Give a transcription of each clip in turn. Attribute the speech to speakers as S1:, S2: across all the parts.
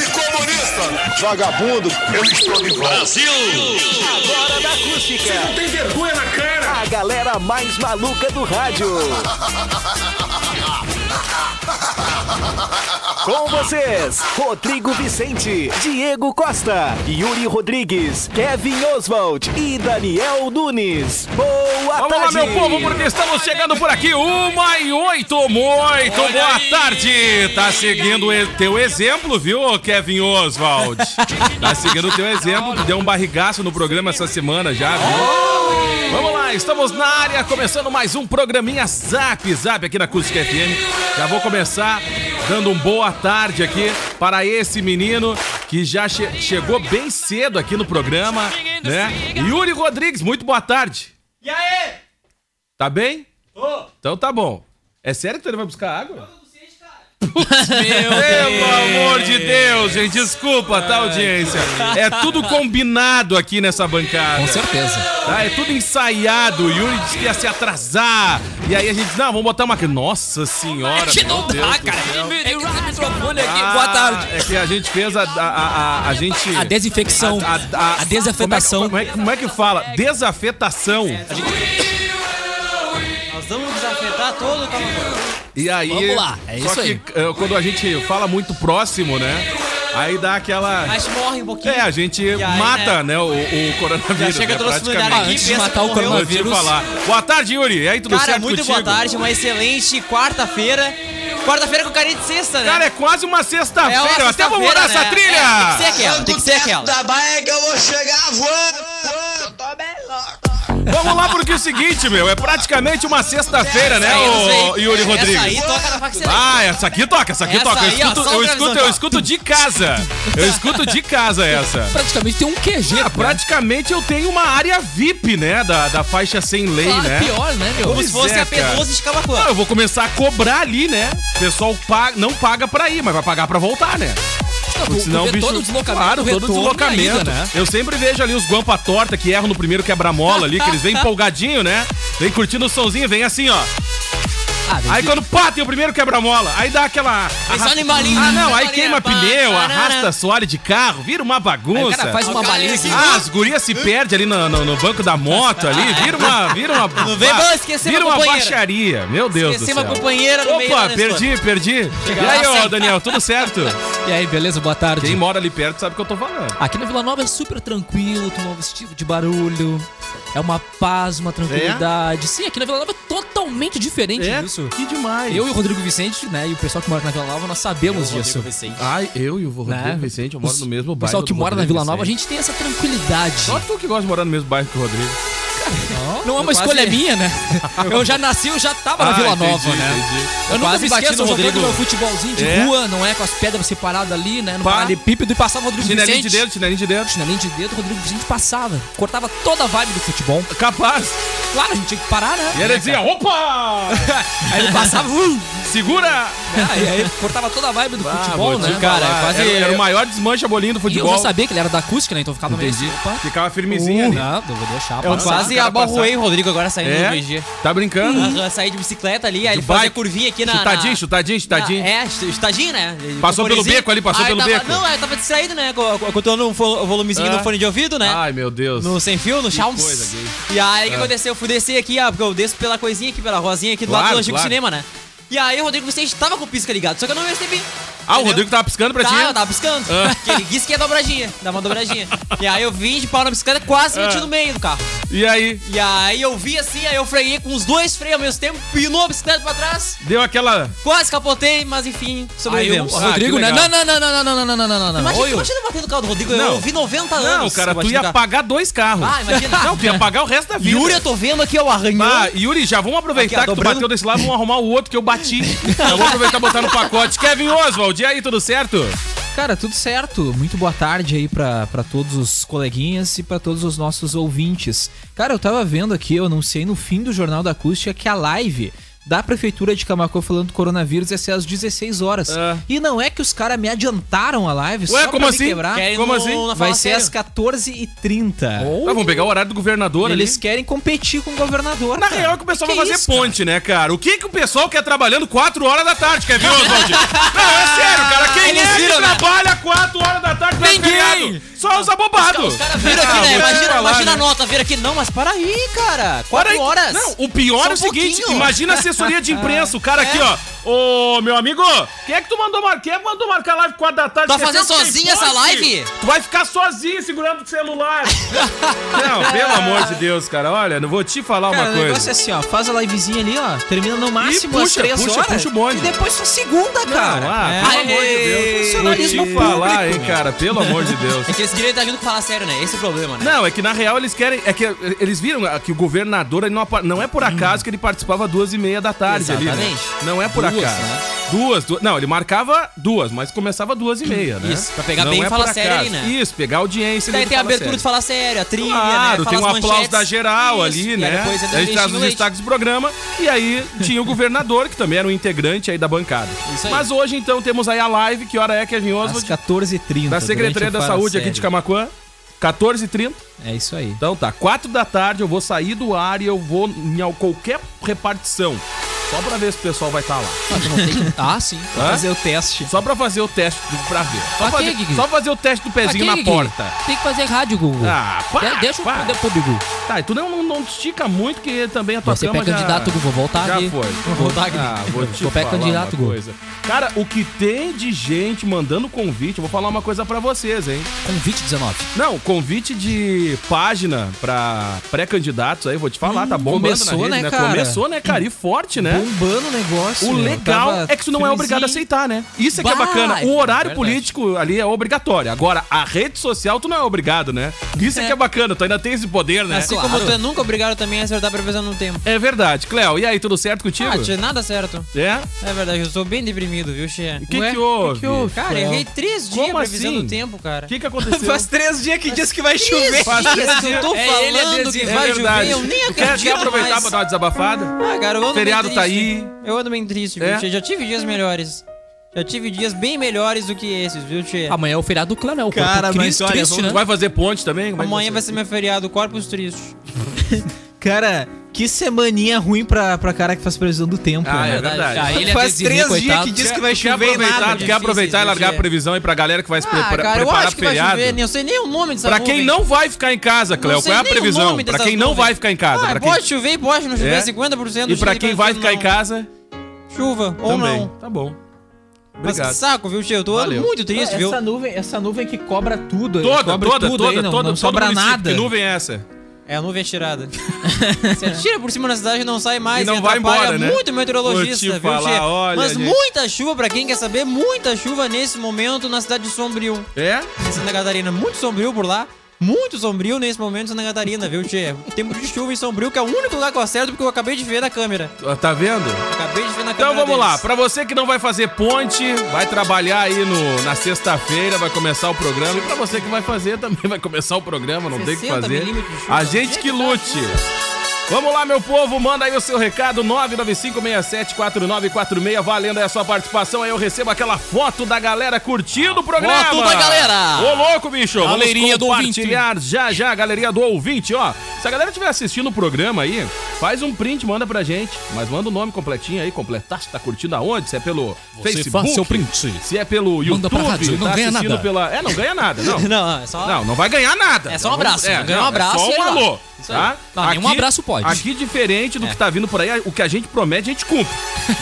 S1: e comunista.
S2: Vagabundo, eu estou de volta.
S3: Agora da acústica.
S1: Não tem vergonha na cara.
S3: A galera mais maluca do rádio. Com vocês, Rodrigo Vicente, Diego Costa, Yuri Rodrigues, Kevin Oswald e Daniel Nunes. Boa
S4: Vamos
S3: tarde.
S4: lá, meu povo, porque estamos chegando por aqui. Uma e oito, muito boa tarde. Tá seguindo o teu exemplo, viu, Kevin Oswald? Tá seguindo o teu exemplo, que deu um barrigaço no programa essa semana já, viu? Vamos lá, estamos na área, começando mais um programinha Zap Zap aqui na Acústica FM. Já vou começar dando um boa tarde aqui para esse menino que já che- chegou bem cedo aqui no programa, né? Yuri Rodrigues, muito boa tarde. Tá bem? Então tá bom. É sério que tu vai buscar água? Meu Pelo amor de Deus, gente, desculpa, tá, audiência? É tudo combinado aqui nessa bancada.
S5: Com certeza.
S4: Tá, é tudo ensaiado. O Yuri disse que ia se atrasar. E aí a gente, não, vamos botar uma. Nossa senhora!
S5: Te não
S4: meu Deus
S5: dá,
S4: do
S5: cara.
S4: céu.
S5: É que esse microfone aqui.
S4: Ah,
S5: Boa tarde.
S4: É que a gente fez a. A, a, a- a gente.
S5: A desinfecção.
S4: Ah, A,
S5: A desafetação.
S4: Como é, que- como é que fala? Desafetação.
S6: Nós vamos desafetar todo o calor.
S4: E aí.
S5: Vamos lá, é
S4: só
S5: isso aí.
S4: que eh, quando a gente fala muito próximo, né? Aí dá aquela.
S6: Mas morre um pouquinho.
S4: É, a gente
S6: E aí,
S4: mata, né, o, o coronavírus.
S6: Já chega
S4: né,
S6: toda a
S4: praticamente.
S6: solidária aqui,
S5: Ah, Antes de
S6: pensa
S5: matar
S6: que
S5: o
S4: Eu
S6: morreu.
S4: te
S5: coronavírus.
S4: falar. Boa tarde, Yuri. E aí, tudo
S5: é
S6: Cara,
S4: certo
S6: muito
S4: contigo?
S6: boa tarde, uma excelente quarta-feira. Quarta-feira com carinha de sexta, né?
S4: Cara, é quase uma
S6: É uma
S4: sexta-feira. Eu até vou
S6: sexta-feira,
S4: mudar essa
S6: né? É, tem que
S4: trilha.
S6: ser aquela, tem que ser aquela.
S1: Da baia que eu vou chegar voando.
S4: Vamos lá, porque é o seguinte, meu. É praticamente uma sexta-feira, né,
S6: Essa É aí, não sei.
S4: ô Yuri
S6: Essa é aí
S4: Rodrigues?
S6: toca na facção.
S4: Ah, essa aqui toca, essa aqui
S6: Essa
S4: toca. Eu
S6: aí, ó,
S4: escuto,
S6: só
S4: eu,
S6: o Trevisan,
S4: escuto, eu
S6: tá?
S4: escuto de casa. Eu escuto de casa essa.
S5: Praticamente tem um QG.
S4: Ah, praticamente eu tenho uma área VIP, né? Da, da faixa sem lei,
S5: Claro,
S4: né?
S5: pior, né, meu?
S6: Como
S4: pois
S6: se fosse
S4: é,
S6: a P12 de
S4: Ah,
S6: Camacuã.
S4: eu vou começar a cobrar ali, né? O pessoal paga, não paga pra ir, mas vai pagar pra voltar, né? Porque senão o bicho...
S5: todo deslocamento.
S4: claro, todo
S5: retorno e a
S4: deslocamento.
S5: ida, né?
S4: Eu sempre vejo ali os guampa torta que erram no primeiro quebra-mola ali, que eles vêm empolgadinho, né? Vem curtindo o sonzinho, vem assim, ó.
S5: Ah, vem
S4: Aí quando pá, tem o primeiro quebra-mola. Aí dá aquela.
S6: só
S4: arrasta-
S6: no embalinho,
S4: Ah, não,
S6: só no
S4: aí
S6: embalinho,
S4: queima
S6: pá,
S4: pneu,
S6: pá, pá,
S4: arrasta
S6: pá.
S4: assoalho de carro, vira uma
S5: Aí o
S4: bagunça.
S5: cara faz uma balinha assim.
S4: Ah, as gurias se perdem ali no, no- no banco da moto ali, vira uma. Vira uma.
S6: vem,
S4: ba-
S6: não, esqueceu
S4: vira
S6: uma
S4: uma
S6: companheira.
S4: baixaria. Meu Deus
S6: Esqueci
S4: do
S6: uma
S5: né?
S4: céu.
S6: companheira no meio da
S4: Opa,
S6: Nestor.
S4: perdi, perdi. E aí, ô, Daniel, tudo certo?
S5: E aí, beleza? Boa tarde.
S4: Quem mora ali perto sabe o que eu tô falando.
S5: Aqui na Vila Nova é super tranquilo, tu não vestido de barulho. É uma paz, uma tranquilidade. Sim, aqui na Vila Nova é totalmente diferente disso.
S4: que demais.
S5: Eu e o Rodrigo Vicente, né, e o pessoal que mora aqui na Vila Nova, nós sabemos disso.
S4: Ai, eu e o Rodrigo
S5: né?
S4: Vicente, eu moro
S5: Os-
S4: no mesmo
S5: o
S4: bairro.
S5: pessoal que
S4: do
S5: mora na
S4: Rodrigo
S5: Vila Nova, a
S4: Vicente.
S5: gente tem essa tranquilidade.
S4: Só tu que gosta de morar no mesmo bairro que o Rodrigo.
S5: Não é uma
S6: Eu quase-
S5: escolha minha, né? Eu já nasci, eu já tava na
S4: Ah,
S5: Vila
S4: entendi,
S5: Nova, né?
S4: entendi.
S5: Eu nunca
S6: quase
S5: me
S6: bati
S5: esqueço
S6: no
S5: jogando
S6: Rodrigo.
S5: meu futebolzinho de
S4: É.
S5: rua, não é? Com as pedras separadas ali, né? No
S4: Pá.
S5: paralelepípedo e passava o Rodrigo
S4: Chinelinho de
S5: Vicente.
S4: dedo, chinelinho de dedo.
S5: Chinelinho de dedo, o Rodrigo Vicente passava. Cortava toda a vibe do futebol.
S4: Capaz.
S5: Claro, a gente tinha que parar, né?
S4: E ele dizia, opa!
S5: Aí ele passava, uh,
S4: Segura!
S5: né? e aí cortava toda a vibe do futebol,
S4: Ah, vou te
S5: né?
S4: falar,
S5: Cara, é quase.
S4: Era, era o maior desmancha bolinho do
S5: E eu já
S4: futebol.
S5: sabia que ele era da acústica, né? Então eu ficava meio assim, opa.
S4: Ficava firmezinho
S5: Uh,
S4: ali.
S5: não, eu vou deixar.
S4: Eu
S5: passar.
S6: Quase
S4: cara
S6: abalroei o Rodrigo agora saindo
S4: É?
S6: do BG.
S4: Tá brincando?
S6: Aham, Saí de bicicleta ali, aí ele
S4: De
S6: fazia
S4: bike.
S6: curvinha aqui na...
S4: Chutadinho,
S6: na-
S4: chutadinho, chutadinho.
S6: Ah, é, chutadinho, né?
S4: Passou pelo
S6: Fonezinho.
S4: beco ali, passou
S6: Aí
S4: pelo
S6: tava-
S4: beco.
S6: Não, eu tava distraído, né? co- co- Controlando um fo- volumezinho
S4: Ah.
S6: no fone de ouvido, né?
S4: Ai, meu Deus.
S6: No sem fio, no
S4: coisa, Ah.
S6: Shouts. E aí o que aconteceu? Eu fui descer aqui, ah, porque eu desço pela coisinha aqui, pela rosinha aqui do
S4: Claro,
S6: lado do antigo
S4: claro.
S6: cinema, né? E aí o Rodrigo Vicente tava com o pisca ligado, só que eu não percebi.
S4: ah, o
S6: entendeu?
S4: Rodrigo tava piscando pra ti?
S6: Tá, eu tava piscando.
S4: Ah.
S6: Porque ele disse que ia dobradinha, dá uma dobradinha. e aí eu vim de pau na bicicleta, quase
S4: Ah.
S6: meti no meio do carro.
S4: E aí,
S6: E aí eu vi assim, aí eu freiei com os dois freios ao mesmo tempo, pinou a bicicleta pra trás,
S4: deu aquela.
S6: quase capotei, mas enfim,
S5: Aí o
S6: sobrevivemos.
S4: Ah,
S5: Rodrigo,
S4: que
S5: né?
S4: legal.
S5: Não, não, não, não, não, não, não, não, não, não, não.
S6: Imagina,
S5: Oi,
S6: imagina bater no carro do Rodrigo, eu
S4: Não.
S6: ouvi 90
S4: Não,
S6: anos.
S4: cara, tu
S6: batendo
S4: ia
S6: carro.
S4: pagar dois carros.
S6: Ah, imagina.
S4: Não, tu ia pagar o resto da vida.
S6: Yuri, eu tô vendo aqui, eu arranhão.
S4: Ah, Yuri, já vamos aproveitar
S6: Aqui, ó,
S4: que tu
S6: dobrando.
S4: bateu desse lado, vamos arrumar o outro que eu bati. já vamos aproveitar e botar no pacote. Kevin Oswald, e aí, tudo certo?
S5: Cara, tudo certo. Muito boa tarde aí pra, pra todos os coleguinhas e pra todos os nossos ouvintes. Cara, eu tava vendo aqui, eu anunciei no fim do Jornal da Acústica que a live da Prefeitura de Camacô falando do coronavírus ia ser às 16 horas.
S4: É.
S5: E não é que os caras me adiantaram a live só
S4: como
S5: pra
S4: assim?
S5: me quebrar.
S4: Querem Como no- assim? na
S5: Vai ser às 14h30.
S4: Ah, vamos pegar o horário do governador
S5: Eles
S4: ali.
S5: querem competir com o governador.
S4: Na
S5: cara.
S4: real é que o pessoal
S5: Que
S4: vai fazer
S5: isso,
S4: ponte, né, cara? O que que o pessoal quer trabalhando 4 horas da tarde, quer ver, Oswald? Não, é sério, cara. Quem
S5: Eles
S4: é que
S5: viram, né?
S4: trabalha 4 horas da tarde pra
S5: Ninguém.
S4: feriado? Só os abobados.
S5: Os caras viram aqui,
S4: Ah,
S5: né?
S4: vou te
S5: Imagina,
S4: falar,
S5: imagina a
S4: né?
S5: nota, viram aqui. Não, mas para aí, cara.
S4: Para
S5: Quatro
S4: aí.
S5: horas.
S4: Não, o pior
S5: Só
S4: é o
S5: um
S4: seguinte,
S5: pouquinho. É.
S4: imagina a assessoria de imprensa, o cara aqui, ó. Ô, meu amigo, quem é que tu mandou marcar? Quem é que mandou marcar a live 4 da tarde?
S5: Tá
S4: Esqueceu
S5: fazendo
S4: que tem
S5: sozinha essa
S4: posse?
S5: live?
S4: Tu vai ficar sozinho segurando o celular. não, pelo amor de Deus, cara. Olha, não vou te falar
S5: Cara,
S4: uma
S5: o negócio
S4: coisa.
S5: é assim, ó. Faz a livezinha ali, ó. Termina no máximo
S4: puxa,
S5: às três
S4: puxa,
S5: horas.
S4: puxa o bonde.
S5: E depois só segunda, cara.
S4: ah,
S5: É.
S4: pelo amor de
S5: Aê,
S4: Deus.
S5: Funcionalismo
S4: Vou te
S5: público.
S4: falar, hein, cara. Pelo amor de Deus.
S5: É que eles queriam
S6: tá
S5: estar vindo falar sério, né? Esse é o problema, né?
S4: Não, é que na real eles querem. É que eh, eles viram ah, que o governador ele não, apa- não é por acaso que ele participava duas e meia da tarde ali. Né?
S5: Exatamente.
S4: Não é por
S5: Duas,
S4: acaso.
S5: né?
S4: Duas, duas. Não, ele marcava duas, mas começava duas e meia, né?
S5: Isso, pra pegar
S4: Não
S5: bem e
S4: por
S5: falar sério
S4: acaso.
S5: ali, né?
S4: Isso, pegar audiência.
S5: Daí
S4: ali
S5: tem a
S4: fala
S5: abertura
S4: sério.
S5: de falar sério, a trilha,
S4: Claro,
S5: né? Fala
S4: tem um
S5: as
S4: aplauso
S5: manchetes.
S4: da geral
S5: Isso.
S4: ali,
S5: E aí
S4: né?
S5: depois é entra
S4: Aí traz
S5: beijinho
S4: os
S5: no leite.
S4: destaques do programa. E aí tinha o governador, que também era um integrante aí da bancada.
S5: Isso aí.
S4: Mas hoje, então, temos aí a live. Que hora é, Kevin
S5: Às
S4: Oswald?
S5: 14h30.
S4: Da Secretaria
S5: durante o
S4: da
S5: Fala
S4: Saúde aqui de
S5: Sério.
S4: Camacuã. 14h30.
S5: É isso aí.
S4: Então tá, quatro da tarde eu vou sair do ar e eu vou em al- qualquer repartição. Só pra ver se o pessoal vai estar lá.
S5: Ah, sim. Vou
S4: Hã?
S5: fazer o teste.
S4: Só pra fazer o teste do, pra ver. Só,
S7: Pra quê,
S4: fazer,
S7: Guigui?
S4: só fazer o teste do pezinho na
S5: é?
S4: porta.
S7: Tem que fazer rádio, Google.
S4: Ah, pá,
S7: De- deixa
S4: pá.
S7: o de- pro Bigu.
S4: Tá, e tu não, não, não estica muito que também a tua
S7: Você
S4: cama
S7: pé
S4: já...
S7: candidato, Google. Voltar
S4: Já
S7: aqui.
S4: foi.
S7: Vou voltar aqui.
S4: Ah, vou te
S7: Vou pé
S4: falar
S7: candidato,
S4: uma
S7: Gu.
S4: coisa. Cara, o que tem de gente mandando convite, eu vou falar uma coisa pra vocês, hein?
S7: Convite 19.
S4: Não, convite de página pra pré-candidatos aí, vou te falar, tá bombando
S5: começou,
S4: na rede,
S5: né, cara?
S4: Começou, né, cara? E forte, né?
S5: Bombando o negócio.
S4: O
S5: meu.
S4: legal
S5: Tava
S4: é que tu não é obrigado a
S5: friozinho.
S4: aceitar, né? Isso é que é
S5: Bah,
S4: bacana. O
S5: é
S4: horário
S5: verdade.
S4: político ali é obrigatório. Agora, a rede social tu não é obrigado, né? Isso é que é bacana, tu ainda tem esse poder, né?
S5: Assim como tu é nunca obrigado também a acertar a previsão no tempo.
S4: É verdade. Cléo, e aí, tudo certo contigo?
S5: Ah, tia, nada certo.
S4: É?
S5: É verdade, eu sou bem deprimido, viu, Xê?
S4: O que que houve?
S5: Cara, errei três dias
S4: Como
S5: previsão
S4: assim?
S5: do tempo, cara.
S4: O que que aconteceu?
S5: três dias que diz que vai chover.
S4: Faz três
S5: eu
S4: dias.
S5: tô
S4: É, ele é
S5: falando que
S4: É
S5: vai
S4: verdade.
S5: chover, eu nem
S4: Tu quer,
S5: acredito
S4: quer aproveitar
S5: mais.
S4: pra dar uma desabafada?
S5: Ah, cara, eu ando
S4: Feriado
S5: bem
S4: tá
S5: triste.
S4: aí.
S5: Eu ando bem triste,
S4: É?
S5: viu, Tchê? Já tive dias melhores. Já tive dias bem melhores do que esses, viu, Tchê?
S7: Amanhã é o feriado do Clanel.
S5: Cara,
S7: Corpo
S5: mas
S7: Cristo,
S5: olha,
S7: Cristo,
S5: vamos-
S7: né?
S4: Tu vai fazer ponte também? Como é que
S5: Amanhã vai ser meu feriado, corpos tristes.
S8: Cara, que semaninha ruim pra, pra cara que faz previsão do tempo.
S4: Ah,
S8: né?
S4: é verdade.
S7: Ah, ele é
S8: Faz
S7: designado,
S8: três dias
S7: coitado.
S8: que diz que vai
S4: Tu quer
S8: chover e
S4: aproveitar,
S8: nada.
S4: tu quer
S5: tá difícil
S4: aproveitar e
S5: isso,
S4: largar a
S5: Gê.
S4: previsão aí pra galera que vai se
S5: Ah,
S4: prepara-
S5: cara, eu
S4: preparar pro
S5: acho que vai
S4: feriado?
S5: chover, nem eu sei nem o nome dessa
S4: Pra quem
S5: nuvem.
S4: não é vai ficar em casa, Cléo,
S5: sei
S4: qual é a
S5: nem o
S4: previsão?
S5: nome
S4: Pra
S5: dessas
S4: quem não
S5: nuvens.
S4: vai ficar em casa.
S5: Ah,
S4: pra quem...
S5: pode chover e pode não chover,
S4: É.
S5: 50%
S4: E
S5: do
S4: pra
S5: Chile
S4: quem vai ficar em
S5: não.
S4: casa,
S5: Chuva ou
S4: também.
S5: não.
S4: Tá bom.
S5: Mas que
S4: Obrigado.
S5: saco, viu, Tchê? Eu tô
S4: Valeu.
S5: muito triste, viu?
S8: Essa nuvem, essa nuvem que cobra tudo. aí,
S4: Toda,
S8: cobre
S4: toda,
S8: tudo
S4: toda,
S8: aí, não,
S4: toda,
S8: não
S4: todo
S8: sobra
S4: município.
S8: nada.
S4: Que nuvem é essa?
S5: É, a nuvem é tirada. Se atira por cima da cidade não sai mais.
S4: E não vai
S5: atrapalha
S4: embora, né?
S5: muito meteorologista,
S4: Vou te
S5: viu,
S4: falar,
S5: Tchê?
S4: olha,
S5: Mas
S4: gente.
S5: muita chuva, pra quem quer saber, muita chuva nesse momento na cidade de Sombrio,
S4: É?
S5: em Santa Catarina. Muito sombrio por lá. Muito sombrio nesse momento em Santa Catarina, viu, Tchê? Tempo de chuva em Sombrio, que é o único lugar que eu acerto porque eu acabei de ver na câmera.
S4: Ah, Tá vendo?
S5: Acabei de ver na câmera.
S4: Então vamos lá,
S5: deles.
S4: pra você que não vai fazer ponte, vai trabalhar aí no, na sexta-feira, vai começar o programa. E pra você que vai fazer também vai começar o programa, não tem o que
S5: 60
S4: fazer.
S5: milímetros de chuva.
S4: A gente que lute. Vamos lá, meu povo, manda aí o seu recado, 995674946, valendo aí a sua participação, aí eu recebo aquela foto da galera curtindo o programa.
S7: Foto da galera.
S4: Ô, louco, bicho,
S7: Galerinha
S4: vamos
S7: do ouvinte.
S4: compartilhar já, já, galeria do ouvinte, ó. Se a galera estiver assistindo o programa aí, faz um print, manda pra gente, mas manda o nome completinho aí, completasse, tá curtindo aonde, se é pelo
S7: Você
S4: Facebook,
S7: faz seu print.
S4: se é pelo
S7: Manda
S4: YouTube,
S7: pra rádio, não
S4: tá
S7: ganha
S4: assistindo
S7: nada.
S4: pela... É, não ganha nada, não.
S5: Não, é só.
S4: Não, não vai ganhar nada.
S5: É só um abraço, ganha um abraço
S4: É só
S5: e
S4: um
S5: ele
S4: alô.
S5: vai. Isso
S4: Tá?
S5: aí.
S7: Não, nenhum abraço pode.
S4: Aqui, diferente do que tá vindo por aí, o que a gente promete, a gente cumpre.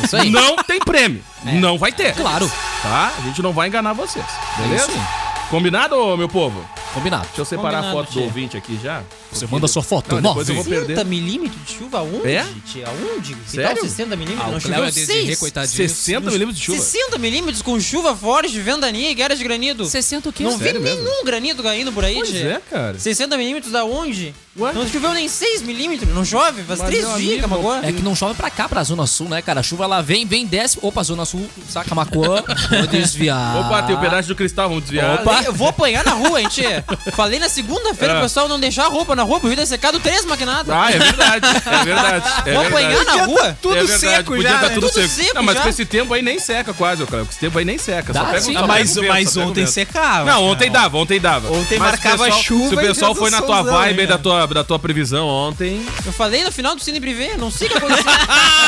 S7: Isso aí.
S4: Não tem prêmio. Não vai ter.
S7: Claro.
S4: Tá? A gente não vai enganar vocês. Beleza?
S7: isso aí.
S4: Combinado, ô, meu povo?
S7: Combinado.
S4: Deixa eu separar a
S5: Combinado,
S4: foto do
S5: tia.
S4: ouvinte aqui já.
S9: Você manda sua foto.
S4: Não, depois eu vou
S5: 60
S4: perder.
S5: milímetros de chuva aonde?
S4: É?
S5: gente? Aonde? Que
S4: Sério?
S5: tal 60 milímetros?
S9: Ah,
S5: Não
S9: o
S5: choveu
S9: Cléo é desde
S5: seis?
S9: coitadinho.
S4: 60 milímetros de chuva.
S5: 60 milímetros com chuva forte, ventania e guerras de granido.
S9: 60 o quê?
S5: Não vi
S4: Sério mesmo?
S5: nenhum granido caindo por aí,
S4: Pois
S5: gente.
S4: é, cara.
S5: 60 milímetros da onde?
S4: Ué?
S5: Não choveu nem 6 milímetros, não chove? Faz
S4: Mas,
S5: 3
S4: meu
S5: dias,
S4: amigo,
S5: Camacô.
S9: É que não chove pra cá, pra Zona Sul, né, cara? A chuva ela vem, vem, desce. Opa, Zona Sul, saca Macuã. Vou desviar.
S4: Opa, tem o pedaço do cristal, vamos desviar.
S5: Falei- Eu vou apanhar na rua, gente. Falei na segunda-feira
S4: É.
S5: pro pessoal não deixar a roupa na rua, pro vidro é secado três maquinadas.
S4: Ah, é verdade, é verdade. É
S5: vou
S4: verdade.
S5: apanhar na rua.
S4: Tudo seco Podia tá tudo,
S5: Tudo
S4: seco.
S5: seco
S4: Não, mas
S5: já.
S4: com esse tempo aí nem seca quase, ô Cléo. Com esse tempo aí nem seca. Só
S9: Dá,
S4: pega,
S9: sim.
S4: só
S9: Ah,
S4: pega
S10: Mas,
S4: o vento,
S10: mas
S4: só pega o
S10: ontem
S4: vento.
S10: secava.
S4: Não, ontem dava, ontem dava.
S10: Ontem
S4: Mas o
S10: marcava
S4: pessoal-
S10: chuva
S4: Se o
S10: e
S4: pessoal foi na tua
S10: solzão,
S4: vibe
S10: né?
S4: da tua, da tua previsão ontem.
S5: Eu falei no final do Cine Privé, não sei o que aconteceu.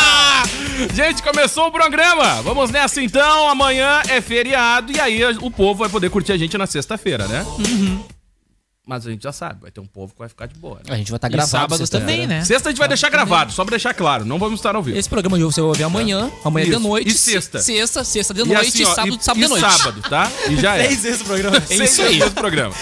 S4: Ah! Gente, começou o programa. Vamos nessa então. Amanhã é feriado e aí o povo vai poder curtir a gente na sexta-feira, né? Mas a gente já sabe, vai ter um povo que vai ficar de boa. né?
S9: A gente vai estar
S6: E
S9: gravado
S6: sábado
S9: sexta-feira.
S6: também, né?
S4: Sexta a gente vai deixar gravado, só pra deixar claro. Não vamos estar ao vivo.
S9: Esse programa de hoje você vai ouvir amanhã, amanhã
S4: É. Isso.
S9: de noite.
S4: E sexta?
S9: Sexta, sexta de
S4: E
S9: noite,
S4: assim, ó,
S9: sábado,
S4: e-
S9: sábado
S4: e
S9: de noite.
S4: sábado, tá? E já é.
S10: vezes o programa.
S4: É isso aí. programa.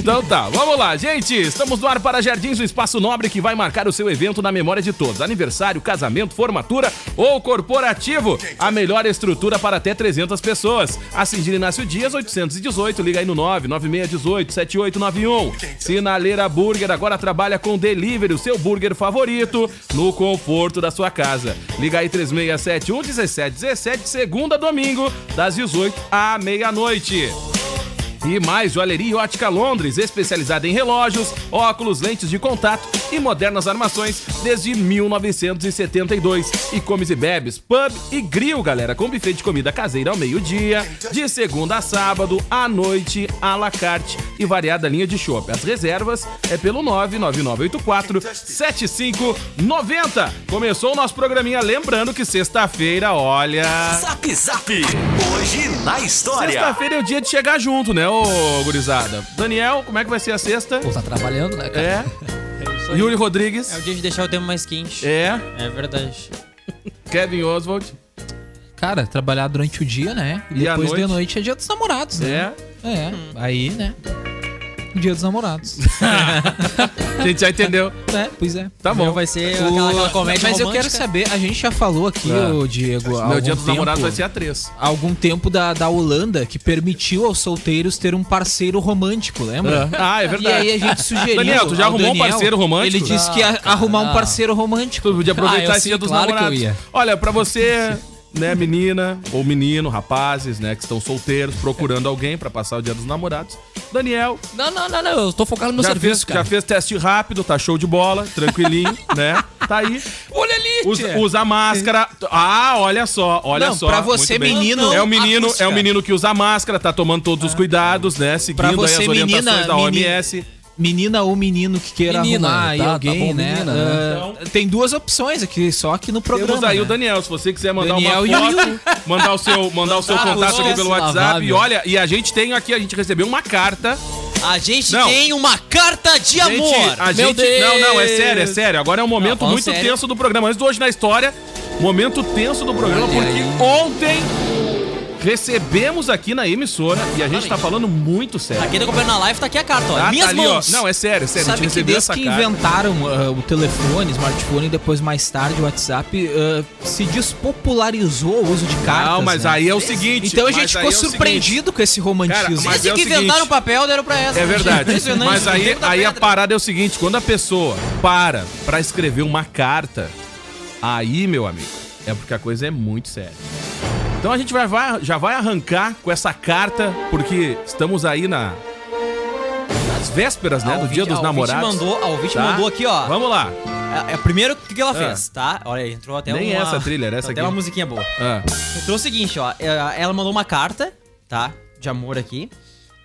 S4: Então tá, vamos lá, gente. Estamos no ar para Jardins, o espaço nobre que vai marcar o seu evento na memória de todos. Aniversário, casamento, formatura ou corporativo. A melhor estrutura para até 300 pessoas. Assistir Inácio Dias, 818. Liga aí no 99618 7891. Sinaleira Burger agora trabalha com delivery, o seu burger favorito, no conforto da sua casa. Liga aí 3671 1717, segunda a domingo, das 18 à meia-noite. E mais Joalheria e Ótica Londres, especializada em relógios, óculos, lentes de contato e modernas armações desde 1972. E comes e bebes, pub e grill, galera, com buffet de comida caseira ao meio-dia, de segunda a sábado, à noite, à la carte e variada linha de chopp. As reservas é pelo 99984 7590. Começou o nosso programinha, lembrando que sexta-feira, olha...
S3: Zap Zap. Hoje na história.
S4: Sexta-feira é o dia de chegar junto, né, ô gurizada? Daniel, como é que vai ser a sexta?
S9: Pô, tá trabalhando, né, cara?
S4: É. Yuri Rodrigues.
S5: É o dia de deixar o tempo mais quente.
S4: É.
S5: É verdade.
S4: Kevin Oswald.
S6: Cara, trabalhar durante o dia, né? E
S4: E à
S6: depois
S4: noite?
S6: de noite é dia dos namorados, né?
S4: É.
S6: É, aí, né? Dia dos namorados.
S4: A gente já entendeu.
S6: é, pois é.
S4: Tá
S5: Então
S4: bom.
S5: vai ser aquela, aquela comédia
S6: Mas eu
S5: romântica.
S6: quero saber, a gente já falou aqui,
S4: É.
S6: ô Diego, há
S4: Meu
S6: algum
S4: dia dos
S6: tempo,
S4: namorados vai ser a três.
S6: há algum tempo da, da Holanda que permitiu aos solteiros ter um parceiro romântico, lembra?
S4: Ah, é
S6: E aí
S4: verdade.
S6: a gente sugeriu.
S4: Daniel, tu já
S6: ao
S4: arrumou um parceiro romântico? Ah,
S6: Ele disse que ia arrumar um parceiro romântico.
S4: Tu podia
S9: Ah, eu
S4: aproveitar esse
S9: sei,
S4: dia dos
S9: claro que eu
S4: namorados.
S9: ia.
S4: Olha, pra você, né, menina ou menino, rapazes, né, que estão solteiros, procurando alguém pra passar o dia dos namorados. Daniel,
S9: Não, não, não, não. Eu tô focado no meu
S4: já,
S9: serviço,
S4: fez,
S9: cara.
S4: já fez teste rápido, tá show de bola, tranquilinho, né? Tá aí.
S9: Olha ali,
S4: Usa,
S9: tchê.
S4: usa máscara. Ah, olha só, olha
S6: é. Não,
S4: só.
S6: pra você,
S4: Muito bem.
S6: menino,
S4: É o menino,
S6: acústica.
S4: é o menino que usa máscara, tá tomando todos os cuidados, né? Seguindo
S6: Pra
S4: aí
S6: você,
S4: as orientações
S6: menina,
S4: da
S6: menino-
S4: OMS.
S6: Menina ou menino que queira
S9: Menina,
S6: arrumar aí
S9: tá, tá
S6: alguém,
S9: bom,
S6: né?
S9: menina,
S6: Ah, Tem duas opções aqui, só aqui no programa.
S4: Então- Temos aí
S6: né?
S4: o Daniel, se você quiser mandar
S6: Daniel e
S4: uma
S6: o
S4: foto, mandar o seu, mandar o seu
S5: Mandar
S4: contato
S5: o
S4: aqui pelo
S9: nosso
S4: WhatsApp.
S9: lavável.
S4: E olha, e a gente tem aqui, a gente recebeu uma carta.
S5: A gente
S4: Não.
S5: tem uma carta de amor.
S4: Gente, a
S9: Meu
S4: gente, não, não, é
S9: Deus.
S4: sério, é sério. Agora é um momento
S9: falando
S4: muito
S9: sério.
S4: tenso do programa. Antes do hoje na história, momento tenso do programa,
S9: Olha
S4: porque
S9: aí.
S4: ontem recebemos aqui na emissora e a gente tá falando muito sério.
S5: Quem tá acompanhando na live tá aqui a carta, ó.
S4: Ah, tá
S5: Minhas
S4: ali, ó.
S5: mãos.
S4: Não, é sério, é sério. a
S6: Sabe
S4: gente
S6: que
S4: recebeu
S6: desde
S4: essa
S6: que
S4: carta.
S6: inventaram ah, o telefone, smartphone, e depois mais tarde o WhatsApp, ah, se despopularizou o uso de cartas.
S4: Não, mas
S6: né?
S4: aí é o seguinte.
S6: Então a
S4: mas
S6: gente
S4: aí
S6: ficou
S4: é o
S6: surpreendido com esse
S4: Cara,
S6: romantismo.
S4: mas
S5: Esse
S4: é o
S5: que inventaram
S4: seguinte.
S5: o papel deram pra essa.
S4: É verdade.
S5: Impressionante.
S4: Mas
S5: O
S4: aí,
S5: tempo da
S4: aí a
S5: pedra.
S4: parada é o seguinte: quando a pessoa para pra escrever uma carta, aí, meu amigo, é porque a coisa é muito séria. Então a gente vai, vai- já vai arrancar com essa carta, porque estamos aí na, nas vésperas, né?
S5: Ao
S4: do Dia
S5: ouvinte-
S4: dos
S5: ao
S4: Namorados.
S5: ouvinte mandou, ao ouvinte
S4: Tá?
S5: mandou aqui, ó.
S4: Vamos lá.
S5: É, é, primeiro o que que ela
S4: Ah.
S5: fez, tá? Olha aí, entrou até
S4: Nem
S5: uma...
S4: essa trilha, era essa
S5: até
S4: aqui.
S5: uma musiquinha boa.
S4: Ah,
S5: Entrou o seguinte, ó. é, Ela mandou uma carta, tá? De amor aqui.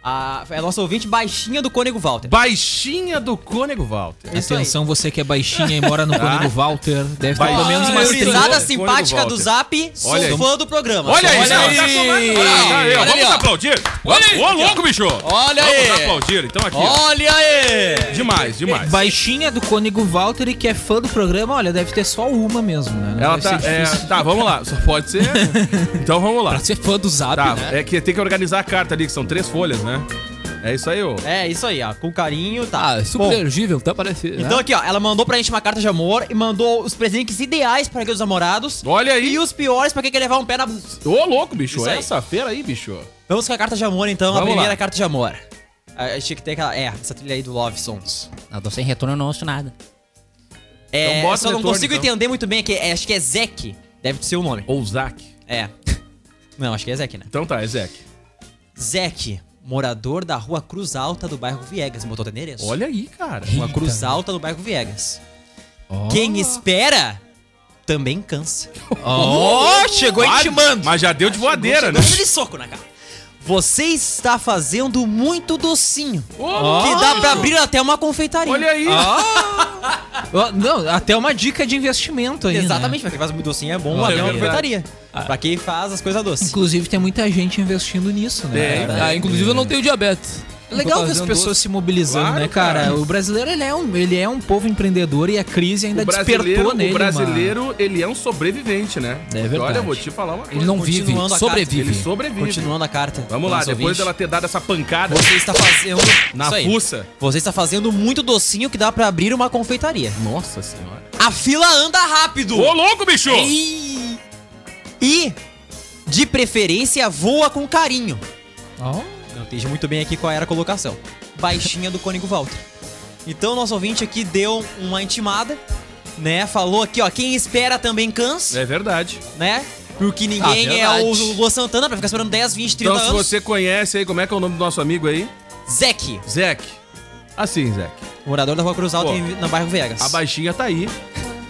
S5: A, é nossa ouvinte baixinha do Cônego Walter.
S4: Baixinha do Cônego Walter.
S5: Isso aí.
S6: Atenção, você que é baixinha e mora no Cônigo Walter, deve ter
S4: Vai.
S6: pelo menos
S4: Ah,
S6: umas
S4: eu
S6: três.
S4: risada
S5: Gurizada
S4: Tá. Cônego
S5: simpática
S4: Walter.
S5: do Zap, sou
S4: Olha aí.
S5: fã do
S6: tá
S5: programa.
S4: Olha
S5: Sou
S4: aí,
S5: fã.
S4: olha aí. Olha aí, ó,
S9: Olha aí,
S4: vamos
S9: ó.
S4: aplaudir.
S9: Olha aí.
S4: Ô, louco, bicho.
S9: Olha
S4: vamos
S9: aí.
S4: aplaudir. Então aqui, ó.
S9: Olha aí!
S4: demais, demais.
S6: Baixinha do Cônigo Walter e que é fã do programa, olha, deve ter só uma mesmo, né? Não
S4: Ela
S6: deve
S4: tá.
S6: ser
S4: é,
S6: difícil.
S4: tá, vamos lá. Só pode ser. Então vamos lá.
S9: Pra ser fã do Zap,
S4: Tá,
S9: né?
S4: é que tem que organizar a carta ali, que são três folhas, né? É isso aí, ô.
S6: É, isso aí, ó. Com carinho, tá.
S4: é
S5: Ah, submergível, tá
S4: né?
S5: parecendo.
S6: Então aqui, ó, ela mandou pra gente uma carta de amor e mandou os presentes ideais pra Dia dos namorados.
S4: Olha aí.
S6: E os piores pra quem quer levar um pé na bunda.
S4: Ô, louco, bicho.
S6: Isso aí.
S4: Essa feira aí, bicho.
S6: Vamos com a carta de amor, então.
S4: Vamos
S6: a
S4: lá.
S6: primeira carta de amor. Ah, tinha que ter aquela... É, essa trilha aí do Love Songs.
S5: Não, tô sem retorno, não ouço nada.
S6: É,
S4: Então bota
S6: eu só
S4: o
S6: não
S4: retorno,
S6: consigo
S4: então.
S6: entender muito bem aqui. É, acho que é Zek. Deve ser o nome.
S4: Ou Zac.
S6: É. Não, acho que é Zek, né?
S4: Então tá, é Zac.
S6: Zek, morador da rua Cruz Alta do bairro Viegas. Botou até endereço.
S4: Olha aí, cara.
S6: Rua Cruz Alta do bairro Viegas. Quem espera também cansa. Oh, chegou
S4: Vale, Mas já deu de voadeira, né?
S6: Chegou de soco na cara. Você está fazendo muito docinho.
S4: Ô,
S6: Que dá pra abrir até uma confeitaria.
S4: Olha aí.
S11: Ó, Não, até uma dica de investimento aí. né?
S6: Exatamente, pra quem faz muito docinho é bom
S4: Ah,
S6: abrir
S4: é
S6: uma
S4: verdade.
S6: confeitaria.
S11: Ah.
S6: Pra quem faz as coisas doces.
S11: Inclusive, tem muita gente investindo nisso, né?
S4: Tem,
S9: tá.
S11: cara?
S5: Ah, inclusive eu não tenho diabetes.
S11: É legal
S5: Tô
S11: ver as
S5: fazendo
S11: pessoas se mobilizando,
S4: Claro,
S11: né, cara?
S4: cara.
S11: O brasileiro, ele é, um, ele é um povo empreendedor e a crise ainda
S4: O brasileiro,
S11: despertou nele.
S4: o
S11: mano.
S4: brasileiro ele é um sobrevivente, né?
S11: É
S4: Porque, Olha,
S11: verdade.
S4: eu vou te falar uma coisa.
S5: Ele não vive,
S6: Continuando a
S5: sobrevive.
S4: Ele sobrevive.
S6: Continuando a carta.
S4: Vamos lá,
S6: nosso
S4: depois
S6: ouvinte.
S4: dela ter dado essa pancada
S6: Você está fazendo.
S4: na
S6: Isso aí.
S4: fuça.
S6: Você está fazendo muito docinho que dá pra abrir uma confeitaria.
S4: Nossa senhora.
S6: A fila anda rápido.
S4: Ô, louco, bicho!
S6: É E... e, de preferência, voa com carinho.
S11: Ó.
S6: Não entendi muito bem aqui qual era a colocação. Baixinha do Cônigo Walter. Então, nosso ouvinte aqui deu uma intimada, né? Falou aqui, ó, quem espera também cansa,
S4: É verdade.
S6: né? Porque ninguém
S5: Ah,
S6: é o
S5: verdade.
S6: Luan Santana pra ficar esperando 10, 20, 30
S4: Então, se
S6: anos.
S4: você conhece aí, como é que é o nome do nosso amigo aí?
S6: Zeke,
S4: Zec. Assim, Zec.
S6: morador da Rua Cruz Alta,
S4: Pô,
S6: em- no bairro Vegas.
S4: A baixinha tá aí,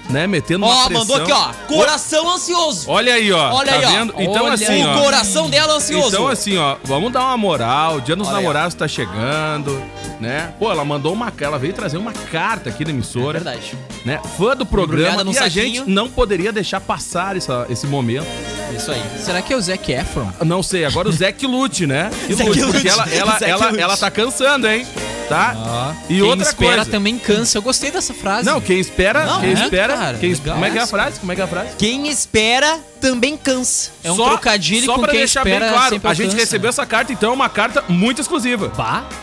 S4: né? Metendo uma
S6: Ó,
S4: pressão.
S6: mandou aqui, ó, coração ansioso.
S4: Olha aí, ó.
S6: Olha
S4: tá
S6: aí, ó.
S4: vendo? Então,
S6: Olha
S4: assim,
S6: o
S4: ó.
S6: coração dela ansioso.
S4: Então, assim, ó, vamos dar uma moral. Dia dos
S6: Olha aí, ó.
S4: namorados tá chegando, né? Pô, ela mandou uma. Ela veio trazer uma carta aqui da
S6: É
S4: emissora,
S6: verdade.
S4: né? Fã do programa.
S6: Embrulhada num
S4: E a
S6: saquinho.
S4: gente não poderia deixar passar essa- esse momento.
S6: Isso aí.
S11: Será que é o Zac Efron?
S4: Não sei, agora o Zé que lute, né? Que
S6: Zé
S4: lute,
S6: que
S4: porque
S6: lute.
S4: ela, ela,
S6: Zé que
S4: ela,
S6: lute.
S4: ela tá cansando, hein? Tá? e
S11: quem
S4: outra
S11: espera
S4: coisa.
S11: também cansa. Eu gostei dessa frase.
S4: Não, quem espera.
S11: Não,
S4: quem
S11: né,
S4: espera.
S11: cara?
S4: quem-
S11: Legal
S4: como é que é a
S11: essa.
S4: frase? Como é que é a frase?
S6: Quem espera também cansa.
S11: É um trocadilho com
S4: pra
S11: quem
S4: deixar
S11: espera
S4: bem claro,
S11: sempre
S4: a gente
S11: alcança,
S4: recebeu essa carta, então é uma carta muito exclusiva.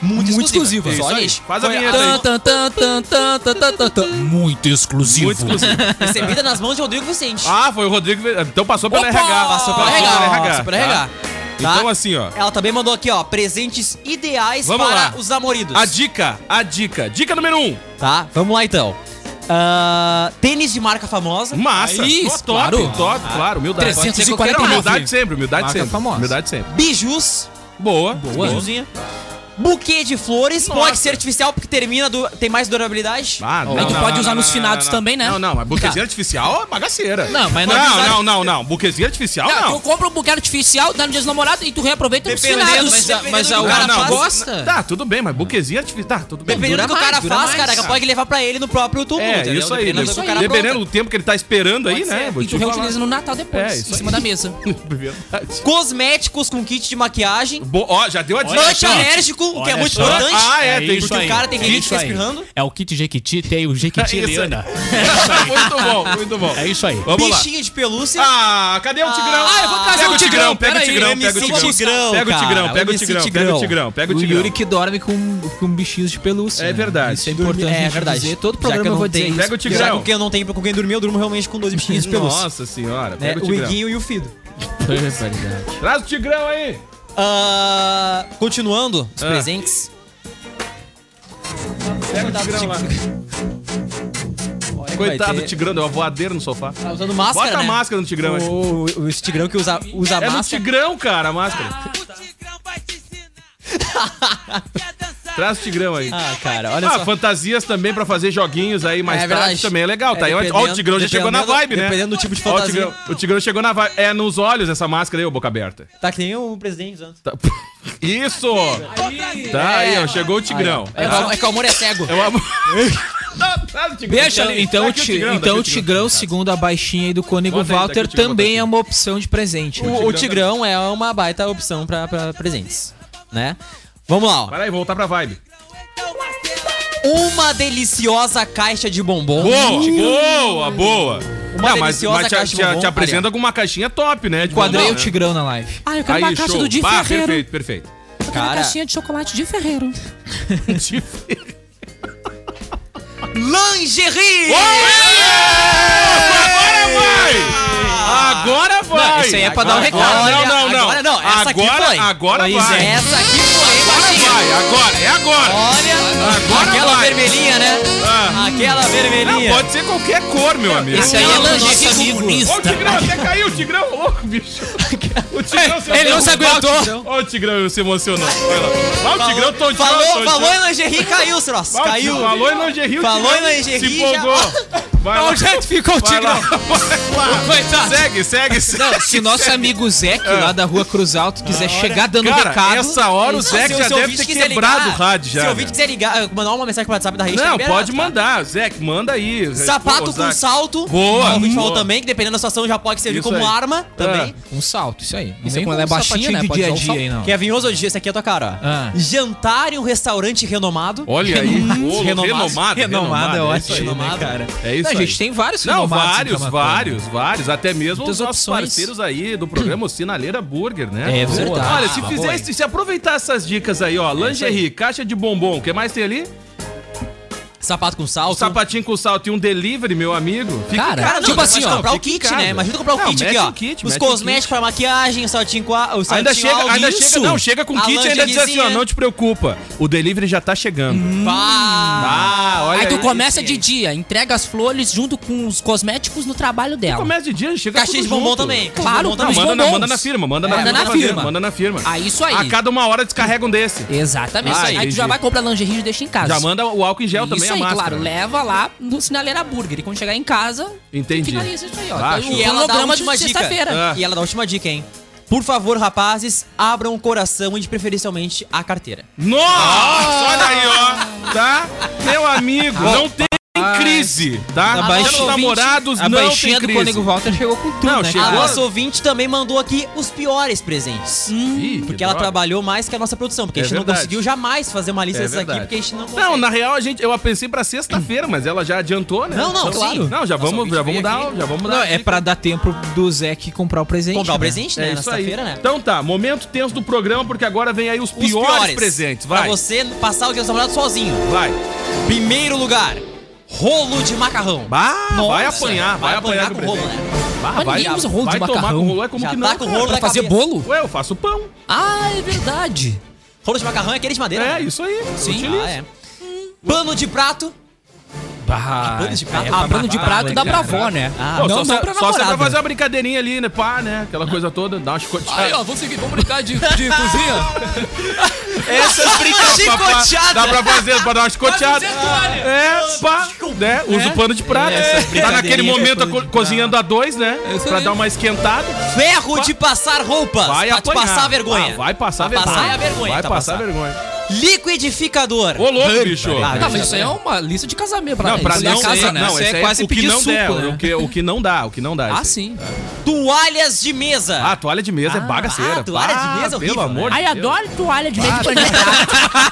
S6: Muito,
S5: exclusiva.
S4: Isso
S6: Olha
S4: aí.
S6: isso.
S4: Faz a
S6: Foi
S4: vinheta aí.
S5: Tan, tan, tan, tan, tan, tan, tan, tan, tan. Muito exclusivo.
S4: Muito exclusiva.
S6: Recebida nas mãos de Rodrigo Vicente.
S4: Ah, foi o Rodrigo. que fez- Então passou pela
S6: Opa!
S4: RH.
S6: Passou pela RH. Passou pela
S4: tá?
S6: RH. Tá?
S4: Então, assim, ó.
S6: Ela também mandou aqui, ó, presentes ideais
S4: Vamos
S6: para
S4: lá.
S6: os namoridos.
S4: A dica, a dica. Dica número um.
S6: Tá, vamos lá então. Ah, tênis de marca famosa.
S4: Massa.
S5: Aí,
S4: Ó, top,
S5: claro. Ah,
S4: top, claro. Humildade.
S5: 349.
S4: Não, um. Humildade sempre, humildade
S11: Marca
S4: sempre.
S11: famosa.
S4: Humildade sempre.
S6: Bijus.
S4: Boa.
S6: Bijuzinha. Buquê de flores. Pode ser artificial porque termina do, tem mais durabilidade.
S4: Ah,
S5: Aí tu pode usar nos finados também, né?
S4: Não, não, mas buquezinha artificial é bagaceira.
S5: Não, mas não
S4: não. Não,
S5: amizade-
S4: não, não, não. Buquezinha artificial
S5: Não,
S4: não.
S5: tu compra um buquê artificial, dá no dia dos namorados e tu reaproveita nos
S11: é-
S5: finados.
S6: Dependendo, mas-
S5: Mas,
S6: mas
S5: a-
S6: o
S4: Não,
S6: cara
S4: não,
S6: faz-
S11: gosta.
S4: Tá, tudo bem, mas buquezinha artificial. Tá, tudo bem.
S6: Dependendo do que o cara
S11: dura
S6: faz,
S11: mais,
S6: cara,
S11: cara.
S6: pode levar pra ele no próprio túmulo.
S4: É,
S5: né?
S6: entendeu?
S4: isso aí.
S6: Dependendo
S4: isso
S6: do
S4: aí.
S6: que o cara
S4: Dependendo
S6: apronta.
S4: do tempo que ele tá esperando aí,
S6: Pode
S4: né?
S6: ser.
S4: Vou
S5: e tu
S4: te falar.
S5: reutiliza no Natal depois,
S4: É, isso
S5: em cima da mesa.
S4: Verdade.
S6: Cosméticos com kit de maquiagem.
S4: Bo- Ó, já deu a dica.
S6: Antialérgico, o que é
S12: Olha
S6: muito
S12: só.
S6: importante.
S4: Ah, é, tem
S12: isso
S4: que
S6: Porque o
S12: aí.
S6: cara tem rinite
S12: Isso
S6: fica
S12: aí.
S6: espirrando. É
S12: É o kit Jequiti, tem o Jequiti
S4: É Isso aí.
S12: Eliana.
S4: muito bom, muito bom.
S12: É isso aí.
S4: Vamos lá.
S6: Bichinho de pelúcia.
S4: Ah, cadê o Tigrão?
S6: Ah, eu vou trazer
S4: pega
S6: o
S4: o Tigrão,
S5: Tigrão,
S4: pega o
S5: peraí,
S4: Tigrão,
S6: MC
S4: pega o Tigrão.
S6: Tigrão,
S4: Pega o Tigrão,
S6: cara,
S4: pega o
S6: MC
S4: Tigrão, pega o Tigrão, pega o
S11: O
S4: Tigrão.
S11: Yuri que dorme com, com bichinhos de pelúcia.
S4: É verdade.
S11: Isso é importante a gente dizer. Todo programa eu vou dizer isso.
S4: Pega o
S6: Já
S4: Tigrão.
S6: com quem eu não tenho com quem dormir, eu durmo realmente com dois bichinhos de pelúcia.
S4: Nossa senhora,
S6: Né?
S4: pega o
S6: o
S4: Tigrão.
S6: Iguinho e o Fido.
S4: Traz o Tigrão aí.
S6: Ah, continuando, os
S4: Ah.
S6: presentes.
S4: Pega o Tigrão lá. Coitado do Tigrão, deu uma voadeira no sofá.
S6: Tá usando máscara,
S4: Bota a
S6: né?
S4: máscara no Tigrão aí.
S6: O, o, esse tigrão que usa, usa
S4: É no
S6: máscara. Ah,
S4: Tigrão, cara, a máscara. Traz o Tigrão aí.
S6: tá. Ah, cara, olha
S4: Ah,
S6: só.
S4: fantasias também pra fazer joguinhos aí mais
S6: É
S4: tarde
S6: verdade.
S4: também é legal, tá?
S6: É,
S4: aí. Ó, ó, o
S6: dependendo-
S4: Tigrão já chegou na
S6: dependendo-
S4: vibe, né?
S6: dependendo do tipo de
S4: Ó, o
S6: fantasia.
S4: Tigrão, o Tigrão chegou na vibe. É nos olhos essa máscara aí, ô boca aberta.
S6: Tá que nem o presidente usando.
S4: Tá- Isso! Tá aí, ó, chegou o Tigrão.
S6: É, que o- é que o amor é cego.
S4: É o amor. Traz o Tigrão.
S11: Então, então, o Ti- então o Tigrão, segundo a baixinha aí do Cônigo
S4: Bota aí, daqui
S11: Walter,
S4: o Tigrão, bota
S11: também
S4: aqui.
S11: é uma opção de presente.
S6: O, o tigrão é uma baita opção pra, pra presentes, né? Vamos lá, ó.
S4: Para aí, voltar pra vibe.
S6: Uma deliciosa caixa de bombons.
S4: Boa, boa, boa.
S6: Uma
S4: Não, mas,
S6: deliciosa
S4: mas te,
S6: caixa
S4: te,
S6: de bombom.
S4: te apresenta
S6: Ali,
S4: alguma caixinha top, né? de
S11: Quadrei
S4: bombom,
S11: o
S4: né?
S11: Tigrão na live.
S5: Ah, eu
S4: Aí, show. Bah, perfeito, perfeito.
S5: Eu
S6: aquela
S5: Cara.
S6: Ah, tá caixinha de chocolate de ferreiro.
S5: Lingerie!
S4: Agora vai!
S5: Não, isso aí é pra dar um recado.
S4: Não, não, não.
S5: Agora não, essa aqui
S4: Agora-
S5: foi.
S4: agora
S5: Pois
S4: vai.
S5: é, Essa aqui foi, hein,
S4: Agora
S5: baixinho?
S4: vai, agora, é agora.
S5: Olha,
S4: Agora
S5: aquela
S4: vai.
S5: vermelhinha, né?
S4: Ah.
S5: Aquela vermelhinha.
S4: Não, pode ser qualquer cor, meu amigo.
S5: Esse aí é
S4: Olha
S5: lingerie comunista.
S4: o Tigrão, até caiu, o Tigrão, ô louco, bicho. O Tigrão se
S13: Ele não se aguentou.
S4: Ó, o Tigrão se emocionou. Vai lá. Vai, o Tigrão todo
S5: Falou, falou em lingerie, caiu, Sros. Caiu.
S4: Falou em lingerie, o
S5: Falou
S4: Tigrão
S5: em lingerie,
S4: Se
S5: já-
S4: empolgou. Vai lá.
S13: Olha o jeito ficou o
S4: Vai
S13: Tigrão.
S4: lá. Coitado. Segue, segue, segue. Ah.
S14: Não, se nosso amigo Zeke lá da rua Cruz Alto quiser chegar dando
S4: Cara,
S14: recado.
S4: essa hora o
S5: Se
S4: Zé já
S5: o- se o
S4: deve
S5: ouvinte
S4: ter
S5: quiser
S4: quebrado o
S5: ligar,
S4: rádio já.
S5: Se o ouvinte
S4: velho.
S5: quiser ligar, mandar uma mensagem pro WhatsApp da rede. tá
S4: Não,
S5: liberado,
S4: pode
S5: tá?
S4: mandar, Zé, manda aí.
S5: Sapato
S4: Pô,
S5: com
S4: Zac.
S5: salto.
S4: Boa.
S5: O ouvinte
S4: Boa.
S5: falou também que dependendo da situação já pode servir
S4: Isso
S5: como
S4: aí. É.
S5: arma também.
S14: Um salto, isso aí. Não
S6: Isso
S14: vem
S6: é
S14: com
S6: como
S14: ela é
S6: um
S14: baixinha,
S6: sapatinho
S14: né?
S6: de
S14: Pode
S6: dia a
S14: usar um
S6: dia
S14: salto.
S6: aí,
S5: Que é vinhoso hoje, esse aqui é a tua cara, ó.
S14: Ah.
S5: Jantar em um restaurante renomado.
S4: Olha aí. Ô,
S5: Renomado.
S4: Renomado.
S14: Renomado é
S4: isso aí.
S14: ótimo,
S5: né, cara?
S4: É isso
S14: Não,
S4: aí.
S14: gente, tem vários
S4: Não,
S14: renomados em
S4: vários,
S14: Camacuã, né?
S4: vários, vários. Até mesmo
S14: Muitas
S4: os nossos
S14: opções.
S4: parceiros aí do programa o Sinaleira Burger, né?
S14: É verdade.
S4: Olha, se
S5: Ah,
S14: Boa,
S4: fizer, se aproveitar essas dicas aí,
S5: É
S4: ó, lingerie, caixa de bombom, o que mais tem ali?
S5: Sapato com salto.
S4: O sapatinho com salto e um delivery, meu amigo. Fica
S14: Cara,
S5: Cara, não,
S14: tipo
S5: mas
S14: assim,
S5: pode
S14: ó,
S5: comprar o
S4: fica em
S5: kit,
S4: casa.
S5: né? Imagina comprar
S4: tá Não,
S5: o kit
S4: mete
S5: aqui,
S4: um
S5: ó.
S4: kit,
S5: Os
S4: mete um
S5: cosméticos pra maquiagem, o saltinho com a, o saltinho
S4: Ainda chega,
S5: alto,
S4: ainda
S5: isso.
S4: chega, não, chega com
S5: A
S4: kit e ainda diz assim, ó,
S5: lingeriezinha.
S4: não te preocupa, o delivery já tá chegando.
S5: Hum. Pá.
S4: Ah, olha
S6: Aí tu
S4: aí.
S6: começa de dia, entrega as flores junto com os cosméticos no trabalho dela.
S4: Começa de dia, chega
S5: Caixinha de
S4: tudo
S5: bombom
S4: junto.
S5: também.
S6: Claro,
S5: Bombom
S4: Não,
S5: também.
S6: Os
S4: é manda na,
S6: bombons.
S4: manda na firma, manda na,
S6: É, manda
S4: firma,
S6: na
S4: fazer,
S6: firma.
S4: Manda na firma.
S6: Ah, isso aí.
S4: A cada uma hora descarrega um desse.
S6: Exatamente.
S4: Ah,
S6: aí tu já
S4: entendi.
S6: vai comprar lingerie e deixa em casa.
S4: Já manda o álcool em gel também,
S6: isso
S4: a
S6: aí,
S4: máscara. né?
S6: claro. né? Leva lá no Sinaleira Burger. E quando chegar em casa,
S4: Entendi.
S6: finaliza isso aí, ó.
S4: Baixo.
S6: Tem o
S5: E ela dá a
S6: holograma um de
S5: última dica.
S6: sexta-feira.
S4: Ah.
S5: E ela dá a última dica, hein? Por favor, rapazes, abram o coração e de preferencialmente a carteira.
S4: Nossa, olha aí, ó. Tá? Meu amigo, não tem crise, tá?
S14: A baixinha-
S4: Os namorados
S14: A
S4: não
S14: baixinha
S4: tem
S14: do
S4: crise.
S14: Cônego Walter chegou com tudo,
S4: Não,
S14: né?
S4: chegou-
S5: A
S14: cara?
S5: nossa ouvinte também mandou aqui os piores presentes.
S4: Ih, que
S5: Porque ela
S4: droga.
S5: trabalhou mais que a nossa produção, porque
S4: É
S5: a gente não
S4: verdade.
S5: conseguiu jamais fazer uma lista
S4: É
S5: dessas aqui,
S4: verdade.
S5: porque a gente não consegue.
S4: Não, na real a gente, eu pensei pra sexta-feira, mas ela já adiantou, né?
S5: Não, não, claro.
S4: Não, já
S5: Nossa,
S4: vamos,
S5: ouvinte
S4: já vamos
S5: veio
S4: dar, um,
S5: aqui.
S4: já vamos dar.
S14: Não, é
S4: dica.
S14: pra dar tempo do Zeke comprar o presente.
S5: comprar o
S14: né?
S5: presente, né?
S4: É
S5: na
S4: isso aí.
S5: sexta-feira, né?
S4: Então tá, momento tenso do programa, porque agora vem aí os, piores, presentes. Vai,
S5: Pra você passar o dia dos namorados sozinho.
S4: vai.
S5: Primeiro lugar, rolo de macarrão.
S4: Bah, vai
S5: Nossa,
S4: apanhar, vai apanhar,
S5: com
S4: do
S5: o rolo,
S4: presente.
S5: né?
S4: Bah,
S6: Mas
S4: vai,
S6: ninguém usa rolo
S4: vai
S6: de
S4: tomar
S6: macarrão.
S4: com rolo, é como
S5: Já
S4: que
S5: tá
S4: não?
S5: com
S4: cara?
S5: rolo
S6: Pra
S5: da
S6: fazer
S5: cabeça.
S6: bolo?
S4: Ué, eu faço pão.
S6: Ah, é verdade.
S5: Rolo de macarrão é aquele de madeira.
S4: É,
S5: né?
S4: isso aí.
S5: Sim.
S4: utilizo.
S5: Ah, é. Pano de prato.
S4: Ah,
S14: Bah,
S5: Pano
S4: é
S5: de prato.
S6: Ah, pano de prato dá pra avó, né?
S5: Ah,
S4: Não,
S5: não,
S4: só,
S5: não
S4: se-
S5: pra
S4: só se é pra
S5: namorada.
S4: fazer uma brincadeirinha ali, né? Pá, né? Aquela coisa toda, dá uma
S6: Ah. Aí,
S4: chicoteada.
S6: ó, vamos seguir, vamos brincar de, de cozinha.
S4: Essas brincadeiras. é Dá pra fazer, pra dar uma chicoteada. É, pá, né? Usa o pano de prato. tá naquele momento a co- cozinhando a dois, né?
S6: Isso
S4: Pra
S6: aí.
S4: dar uma esquentada.
S5: Ferro de passar roupas.
S4: Vai
S5: pra te
S4: apanhar.
S5: passar a vergonha.
S4: Ah, vai passar a
S5: Pra
S4: vergonha.
S5: passar a vergonha,
S4: Vai
S5: tá
S4: passar a
S5: passar.
S4: vergonha.
S5: Liquidificador.
S4: Ô, louco, bicho.
S5: Ah,
S6: Tá, mas isso aí é uma lista de casamento pra
S4: Não, pra
S6: escolher a
S4: não,
S6: casa, né?
S4: não,
S6: Isso
S4: esse
S6: é
S4: aí é
S6: quase
S4: o que
S6: pedir
S4: não
S6: suco,
S4: der,
S6: né?
S4: o, que, o que não dá, o que não dá.
S6: Ah,
S4: esse aí.
S6: sim.
S5: Toalhas de mesa.
S4: Ah, toalha de mesa é bagaceira.
S5: ah, toalha de
S4: Pá,
S5: mesa é horrível,
S4: Pelo amor de
S6: Ai,
S4: Deus.
S6: adoro toalha de
S4: Ah,
S6: meio de pano de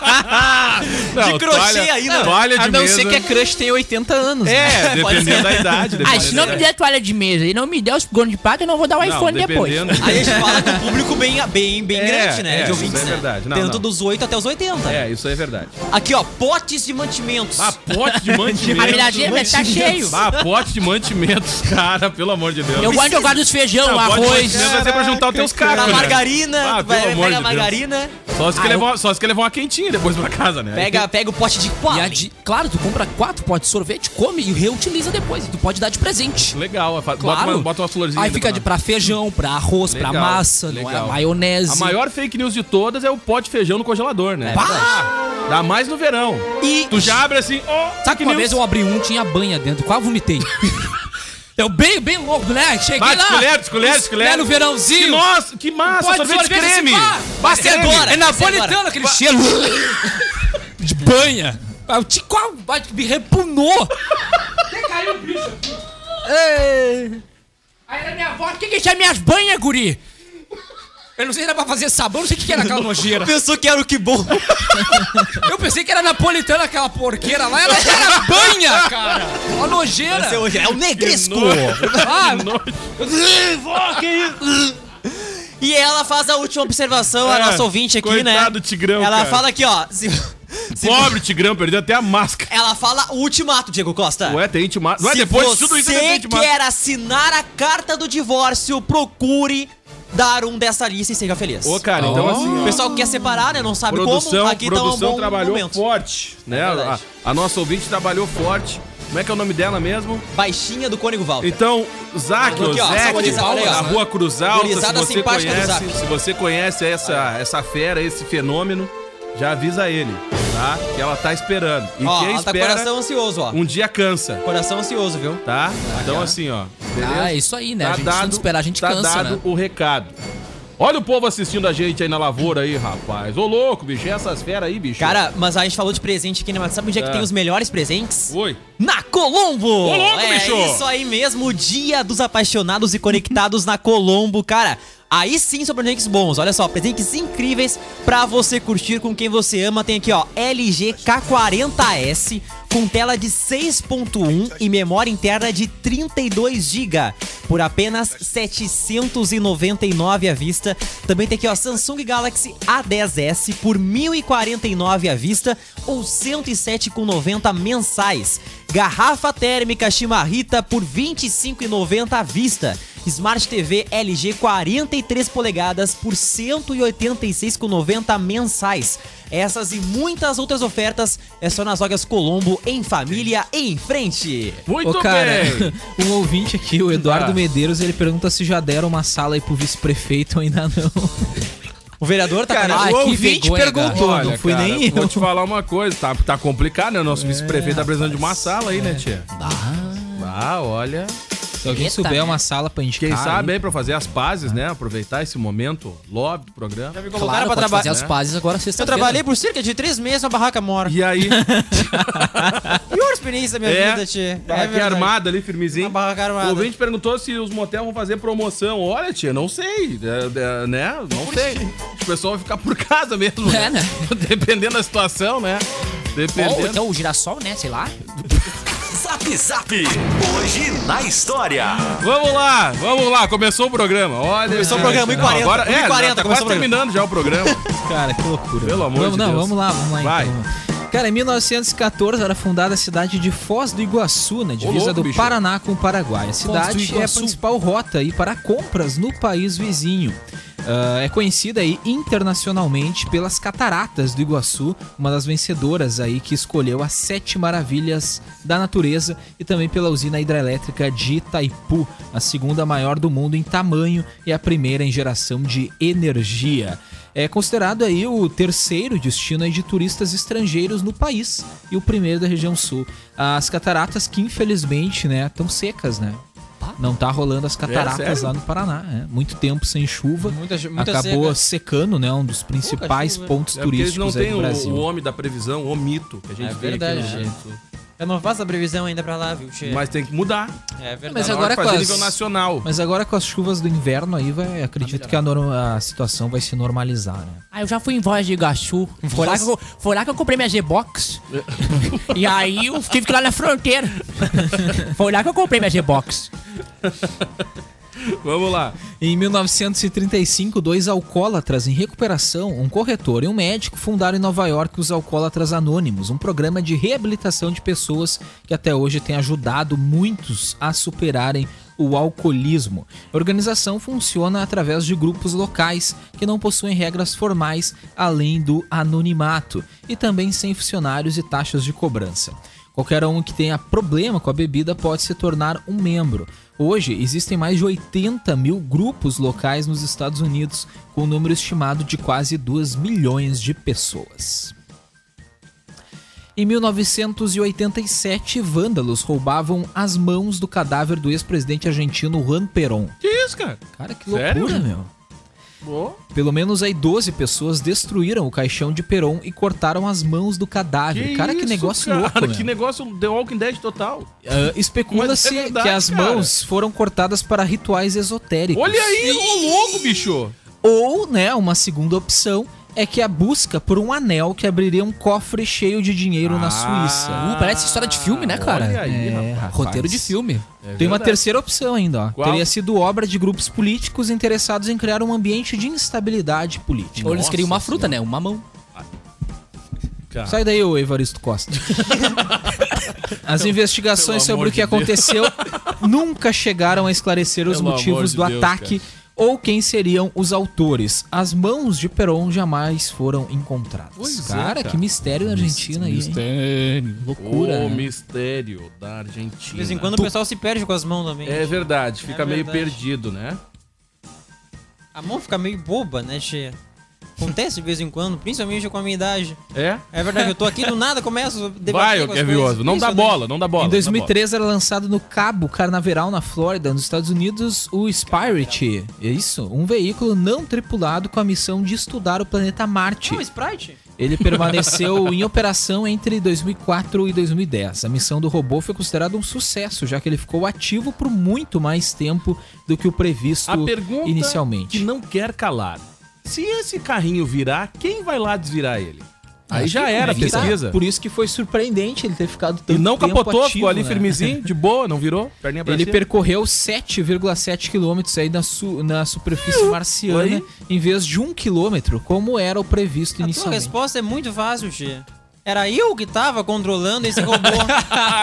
S6: Ah,
S4: Não,
S5: crochê
S4: toalha-
S5: ainda.
S4: Toalha de
S14: A não
S4: mesa.
S14: ser que a crush tenha 80 anos. né?
S4: É, dependendo da idade.
S6: é Ah,
S4: dependendo
S6: se não
S4: da
S6: me
S4: idade.
S6: der toalha de mesa e não me der os gonos de prato, eu não vou dar o
S4: Não,
S6: é iPhone depois.
S4: dependendo-
S5: Aí a gente fala com um público bem, bem, bem
S4: É,
S5: grande, né?
S4: é,
S5: de ouvintes,
S4: isso é
S5: né?
S4: verdade. Não,
S5: Dentro
S4: não.
S5: dos 8 até os 80.
S4: É, isso aí é verdade.
S5: Aqui, ó, potes de mantimentos.
S4: Ah, pote de
S6: A
S4: mantimentos.
S6: milhadeira vai estar cheio.
S4: Ah, pote de mantimentos, cara, pelo amor de Deus.
S6: Eu gosto de jogar dos feijão,
S4: Não, pote de
S6: arroz.
S4: mantimentos vai ser né? pra juntar os teus
S5: Na
S4: cacos, né?
S5: margarina,
S4: Ah,
S5: vai,
S4: pelo amor
S5: pega a
S4: de Deus. É.
S5: margarina,
S4: Só se, que
S5: Ah,
S4: levar, só se que levar uma quentinha depois pra casa, né?
S5: pega, pega o pote de
S6: E a
S5: coalho.
S6: de- claro, tu compra quatro potes de sorvete, come e reutiliza depois. E tu pode dar de presente.
S4: Legal, fa- bota,
S6: Claro.
S4: uma, bota umas florzinhas.
S6: Aí fica de pra feijão, pra arroz, pra
S4: Legal,
S6: massa, não
S4: legal.
S6: é? Maionese.
S4: A maior fake news de todas é o pote de feijão no congelador, né? Pá! Dá mais no verão.
S5: É E é
S4: Tu já abre assim, ó.
S6: Sabe que uma vez eu abri um, tinha banha dentro, quase vomitei. eu bem, bem louco, né? Cheguei
S4: Vai,
S6: lá.
S4: descolher, descolher, descolher.
S6: Né, no
S4: Que,
S6: verãozinho.
S4: nossa, que massa,
S6: Pode
S4: sorvete,
S6: sorvete assim,
S4: creme.
S6: pá.
S4: Basta
S5: Vai ser agora.
S6: É
S5: Agora.
S6: napolitano aquele cheiro de banha. Ah, o Tico ah, me repugnou. Até caiu o bicho. Aí era minha avó, o que que tinha minhas banhas, guri? Eu não sei se era pra fazer sabão, não sei o que que era aquela nojeira.
S5: pensou que era o que bom.
S6: Eu pensei que era napolitana aquela porqueira lá, ela era banha, cara. Uma nojeira.
S4: é
S5: É o negresco.
S4: nojo.
S6: Ah,
S4: nojo.
S5: E E ela faz a última observação, a
S4: É,
S5: nossa ouvinte aqui, né?
S4: coitado do Tigrão,
S5: Ela
S4: cara.
S5: fala aqui, ó. se- se-
S4: Pobre Tigrão, perdeu até a máscara.
S5: Ela fala o ultimato, Diego Costa.
S4: Ué, tem intimato. Ué,
S5: Se
S4: depois de
S5: você
S4: tudo isso, ainda tem intimato.
S5: quer assinar a carta do divórcio, procure dar um dessa lista e seja feliz.
S4: Ô, cara, então assim, ó.
S5: O Oh. pessoal que quer separar, né? Não sabe
S4: produção,
S5: como. Aqui tá um
S4: produção
S5: bom
S4: trabalhou
S5: momento.
S4: forte, né?
S5: É
S4: a,
S5: verdade.
S4: a nossa ouvinte trabalhou forte. Como é que é o nome dela mesmo?
S5: Baixinha do Cônigo Walter.
S4: Então, Zac,
S5: Aqui, ó, só vou
S4: Zac,
S5: dizer, olha aí, ó.
S4: da Rua Cruz Alta, se
S5: Gurizada
S4: você
S5: simpática do
S4: conhece,
S5: Zac.
S4: se você conhece essa, essa fera, esse fenômeno, já avisa ele, tá? Que ela tá esperando. E
S5: ó,
S4: quem
S5: ela tá com o
S4: espera,
S5: coração ansioso, ó.
S4: um dia cansa,
S5: Coração ansioso, viu?
S4: tá? Então, assim, ó, beleza?
S9: Ah, é isso aí, né? a gente tem que esperar, a gente
S4: tá
S9: cansa,
S4: dado
S9: né?
S4: o recado. Olha o povo assistindo a gente aí na lavoura aí, rapaz. Ô, louco, bicho, é essas feras aí, bicho.
S5: Cara, mas a gente falou de presente aqui, né? Mas sabe onde é que
S4: É.
S5: tem os melhores presentes?
S4: Oi.
S5: Na Colombo!
S4: louco,
S5: é
S4: bicho!
S5: isso aí mesmo, o dia dos apaixonados e conectados na Colombo, cara. Aí sim são presentes bons, olha só, presentes incríveis pra você curtir com quem você ama. Tem aqui, ó, LG K40S com tela de 6.1 e memória interna de 32 GB por apenas 799 à vista. Também tem aqui, ó, Samsung Galaxy A10S por 1049 à vista ou 107,90 mensais. Garrafa térmica Chimarrita por R$ 25,90 à vista. Smart TV LG 43 polegadas por R$ 186,90 mensais. Essas e muitas outras ofertas é só nas lojas Colombo, em família e em frente.
S4: Muito
S6: Ô, cara,
S4: bem.
S6: um ouvinte aqui, o Eduardo
S4: Ah.
S6: Medeiros, ele pergunta se já deram uma sala aí pro vice-prefeito ou ainda não.
S5: O vereador tá
S6: Cara,
S5: com-
S6: o
S5: que
S6: ouvinte
S5: vergonha,
S6: perguntou.
S5: cara.
S6: não fui nem
S4: vou
S6: eu.
S4: te falar uma coisa, tá, tá complicado, né? O nosso vice-prefeito tá precisando de uma sala aí, né, tia?
S6: É.
S4: Ah, olha.
S6: Se alguém souber uma sala pra indicar.
S4: Quem sabe
S6: Tá aí.
S4: aí pra fazer as pazes, né? Aproveitar esse momento lobby do programa.
S5: Colocaram
S9: Claro,
S5: pra
S9: pode
S5: traba-
S9: fazer as pazes agora
S5: Eu
S9: sexta-feira.
S5: trabalhei por cerca de três meses na barraca mora.
S4: E aí,
S5: Pior experiência da minha
S4: é,
S5: vida, tia.
S4: barraquinha
S5: verdade.
S4: armada ali, firmezinho.
S5: Uma barraca armada.
S4: O ouvinte perguntou se os motel vão fazer promoção. Olha, tia, não sei, é, é, né? Não sei. O pessoal vai ficar por casa mesmo.
S9: É, né?
S4: Dependendo da situação, né?
S9: Ou
S4: Dependendo.
S9: então o girassol, né? Sei lá.
S3: Zap Zap, hoje na história.
S4: Vamos lá, vamos lá. Começou o programa. Olha,
S5: Começou o programa, 1h40,
S4: Agora, é, tá
S5: 1h40,
S4: quase
S5: começou o programa.
S4: terminando já o programa. É
S6: Cara, que loucura.
S4: Pelo amor
S6: vamos,
S4: de
S6: não,
S4: Deus.
S6: Vamos lá, vamos lá
S4: Vai.
S6: então. Cara, em 1914 era fundada a cidade de Foz do Iguaçu, na divisa
S4: louco,
S6: do
S4: bicho.
S6: Paraná com o Paraguai. A
S9: do
S6: cidade é a
S9: Iguaçu.
S6: principal rota aí para compras no país vizinho. Ah, é conhecida aí internacionalmente pelas Cataratas do Iguaçu, uma das vencedoras aí que escolheu as sete maravilhas da natureza e também pela usina hidrelétrica de Itaipu, a segunda maior do mundo em tamanho e a primeira em geração de energia. É considerado aí o terceiro destino aí de turistas estrangeiros no país e o primeiro da região sul. As cataratas que infelizmente, né, estão secas, né? Não tá rolando as
S4: É,
S6: cataratas
S4: sério?
S6: lá no Paraná, é. Muito tempo sem chuva.
S5: Muita chu- muita
S6: acabou
S5: seca.
S6: secando, né, um dos principais
S5: chuva.
S6: pontos
S4: É porque eles não
S6: turísticos aí
S4: têm
S6: do
S4: o,
S6: Brasil.
S4: o homem da previsão, o mito que a gente
S5: É
S4: vê aqui
S5: verdade,
S4: no Rio Grande do Sul.
S5: Eu não faço a previsão ainda pra lá, viu, tia?
S4: Mas tem que mudar.
S5: É verdade.
S6: Mas
S4: Na
S6: agora
S4: hora de
S6: com
S4: fazer
S6: as-
S4: nível nacional.
S6: Mas agora com as chuvas do inverno aí, vai, acredito que a, norma- a situação vai se normalizar, né?
S15: Ah, eu já fui em voz de Iguaçu. Foi lá, que eu, foi lá que eu comprei minha G-Box. e aí eu tive que ir lá
S9: é
S15: na fronteira. Foi lá que eu comprei minha G-Box.
S4: Vamos lá.
S6: Em 1935, dois alcoólatras em recuperação, um corretor e um médico, fundaram em Nova York os Alcoólatras Anônimos, um programa de reabilitação de pessoas que até hoje tem ajudado muitos a superarem o alcoolismo. A organização funciona através de grupos locais que não possuem regras formais além do anonimato e também sem funcionários e taxas de cobrança. Qualquer um que tenha problema com a bebida pode se tornar um membro. Hoje, existem mais de 80 mil grupos locais nos Estados Unidos, com um número estimado de quase 2 milhões de pessoas. Em 1987, vândalos roubavam as mãos do cadáver do ex-presidente argentino Juan Perón.
S4: Que isso, cara?
S6: Cara, que loucura,
S4: Sério?
S6: meu.
S4: Boa.
S6: Pelo menos aí 12 pessoas destruíram o caixão de Perón e cortaram as mãos do cadáver. cara, que
S4: isso,
S6: negócio
S4: cara?
S6: louco, né? meu.
S4: Que negócio The Walking Dead total.
S6: Ah, Especula-se
S4: Mas é verdade,
S6: que as
S4: cara.
S6: mãos foram cortadas para rituais esotéricos.
S4: Olha aí, ô louco, bicho.
S6: Ou, né, uma segunda opção é que a busca por um anel que abriria um cofre cheio de dinheiro
S4: Ah,
S6: na
S9: Uh,
S6: Suíça.
S9: parece história de filme, né, cara?
S4: Olha aí,
S6: É,
S4: rapaz. É,
S9: Roteiro de filme.
S6: Tem uma
S4: verdade.
S6: terceira opção ainda, ó.
S4: Qual?
S6: Teria sido obra de grupos políticos interessados em criar um ambiente de instabilidade política.
S9: Ou eles
S4: Nossa
S9: queriam uma fruta, né? Um mamão.
S4: Cara.
S6: Ah. Sai daí, ô Evaristo Costa. As investigações
S4: Pelo amor
S6: sobre o que
S4: de Deus.
S6: aconteceu nunca chegaram a esclarecer os
S4: Pelo amor
S6: motivos
S4: de
S6: do
S4: Deus,
S6: ataque ou quem seriam os autores. As mãos de Peron jamais foram encontradas.
S4: Pois é,
S6: cara,
S4: cara.
S6: que mistério na Argentina aí. hein?
S4: Loucura. O mistério da Argentina.
S5: De vez em quando o pessoal se perde com as mãos também.
S4: É verdade, fica
S5: É
S4: meio
S5: verdade.
S4: perdido, né?
S5: A mão fica meio boba, né, che? Acontece de vez em quando, principalmente com a minha idade.
S4: É?
S5: É verdade, eu tô aqui do nada, começo a debater
S4: Vai, ô
S5: com as
S4: Kevin
S5: coisas.
S4: Oswald, Não
S5: Isso,
S4: dá
S5: né?
S4: bola, não dá bola. não dá bola.
S6: Em 2003 era lançado no Cabo Carnaveral, na Flórida, nos Estados Unidos, o Spirit. É isso? Um veículo não tripulado com a missão de estudar o planeta Marte.
S5: Não, um Sprite?
S6: Ele permaneceu em operação entre 2004 e 2010. A missão do robô foi considerada um sucesso, já que ele ficou ativo por muito mais tempo do que o previsto
S4: A pergunta
S6: inicialmente.
S4: que não quer calar. Se esse carrinho virar, quem vai lá desvirar ele? Aí já era a
S6: Tá,
S4: pesquisa.
S6: Por isso que foi surpreendente ele ter ficado tanto
S4: E não
S6: tempo
S4: capotou,
S6: ativo,
S4: ficou ali
S6: né?
S4: firmezinho, de boa, não virou? Perninha pra
S6: Ele
S4: cima.
S6: percorreu 7,7 quilômetros aí na, su- na superfície marciana,
S4: Oi?
S6: em vez de um quilômetro, como era o previsto
S5: A tua
S6: inicialmente.
S5: resposta é muito fácil, che. Era eu que tava controlando esse robô.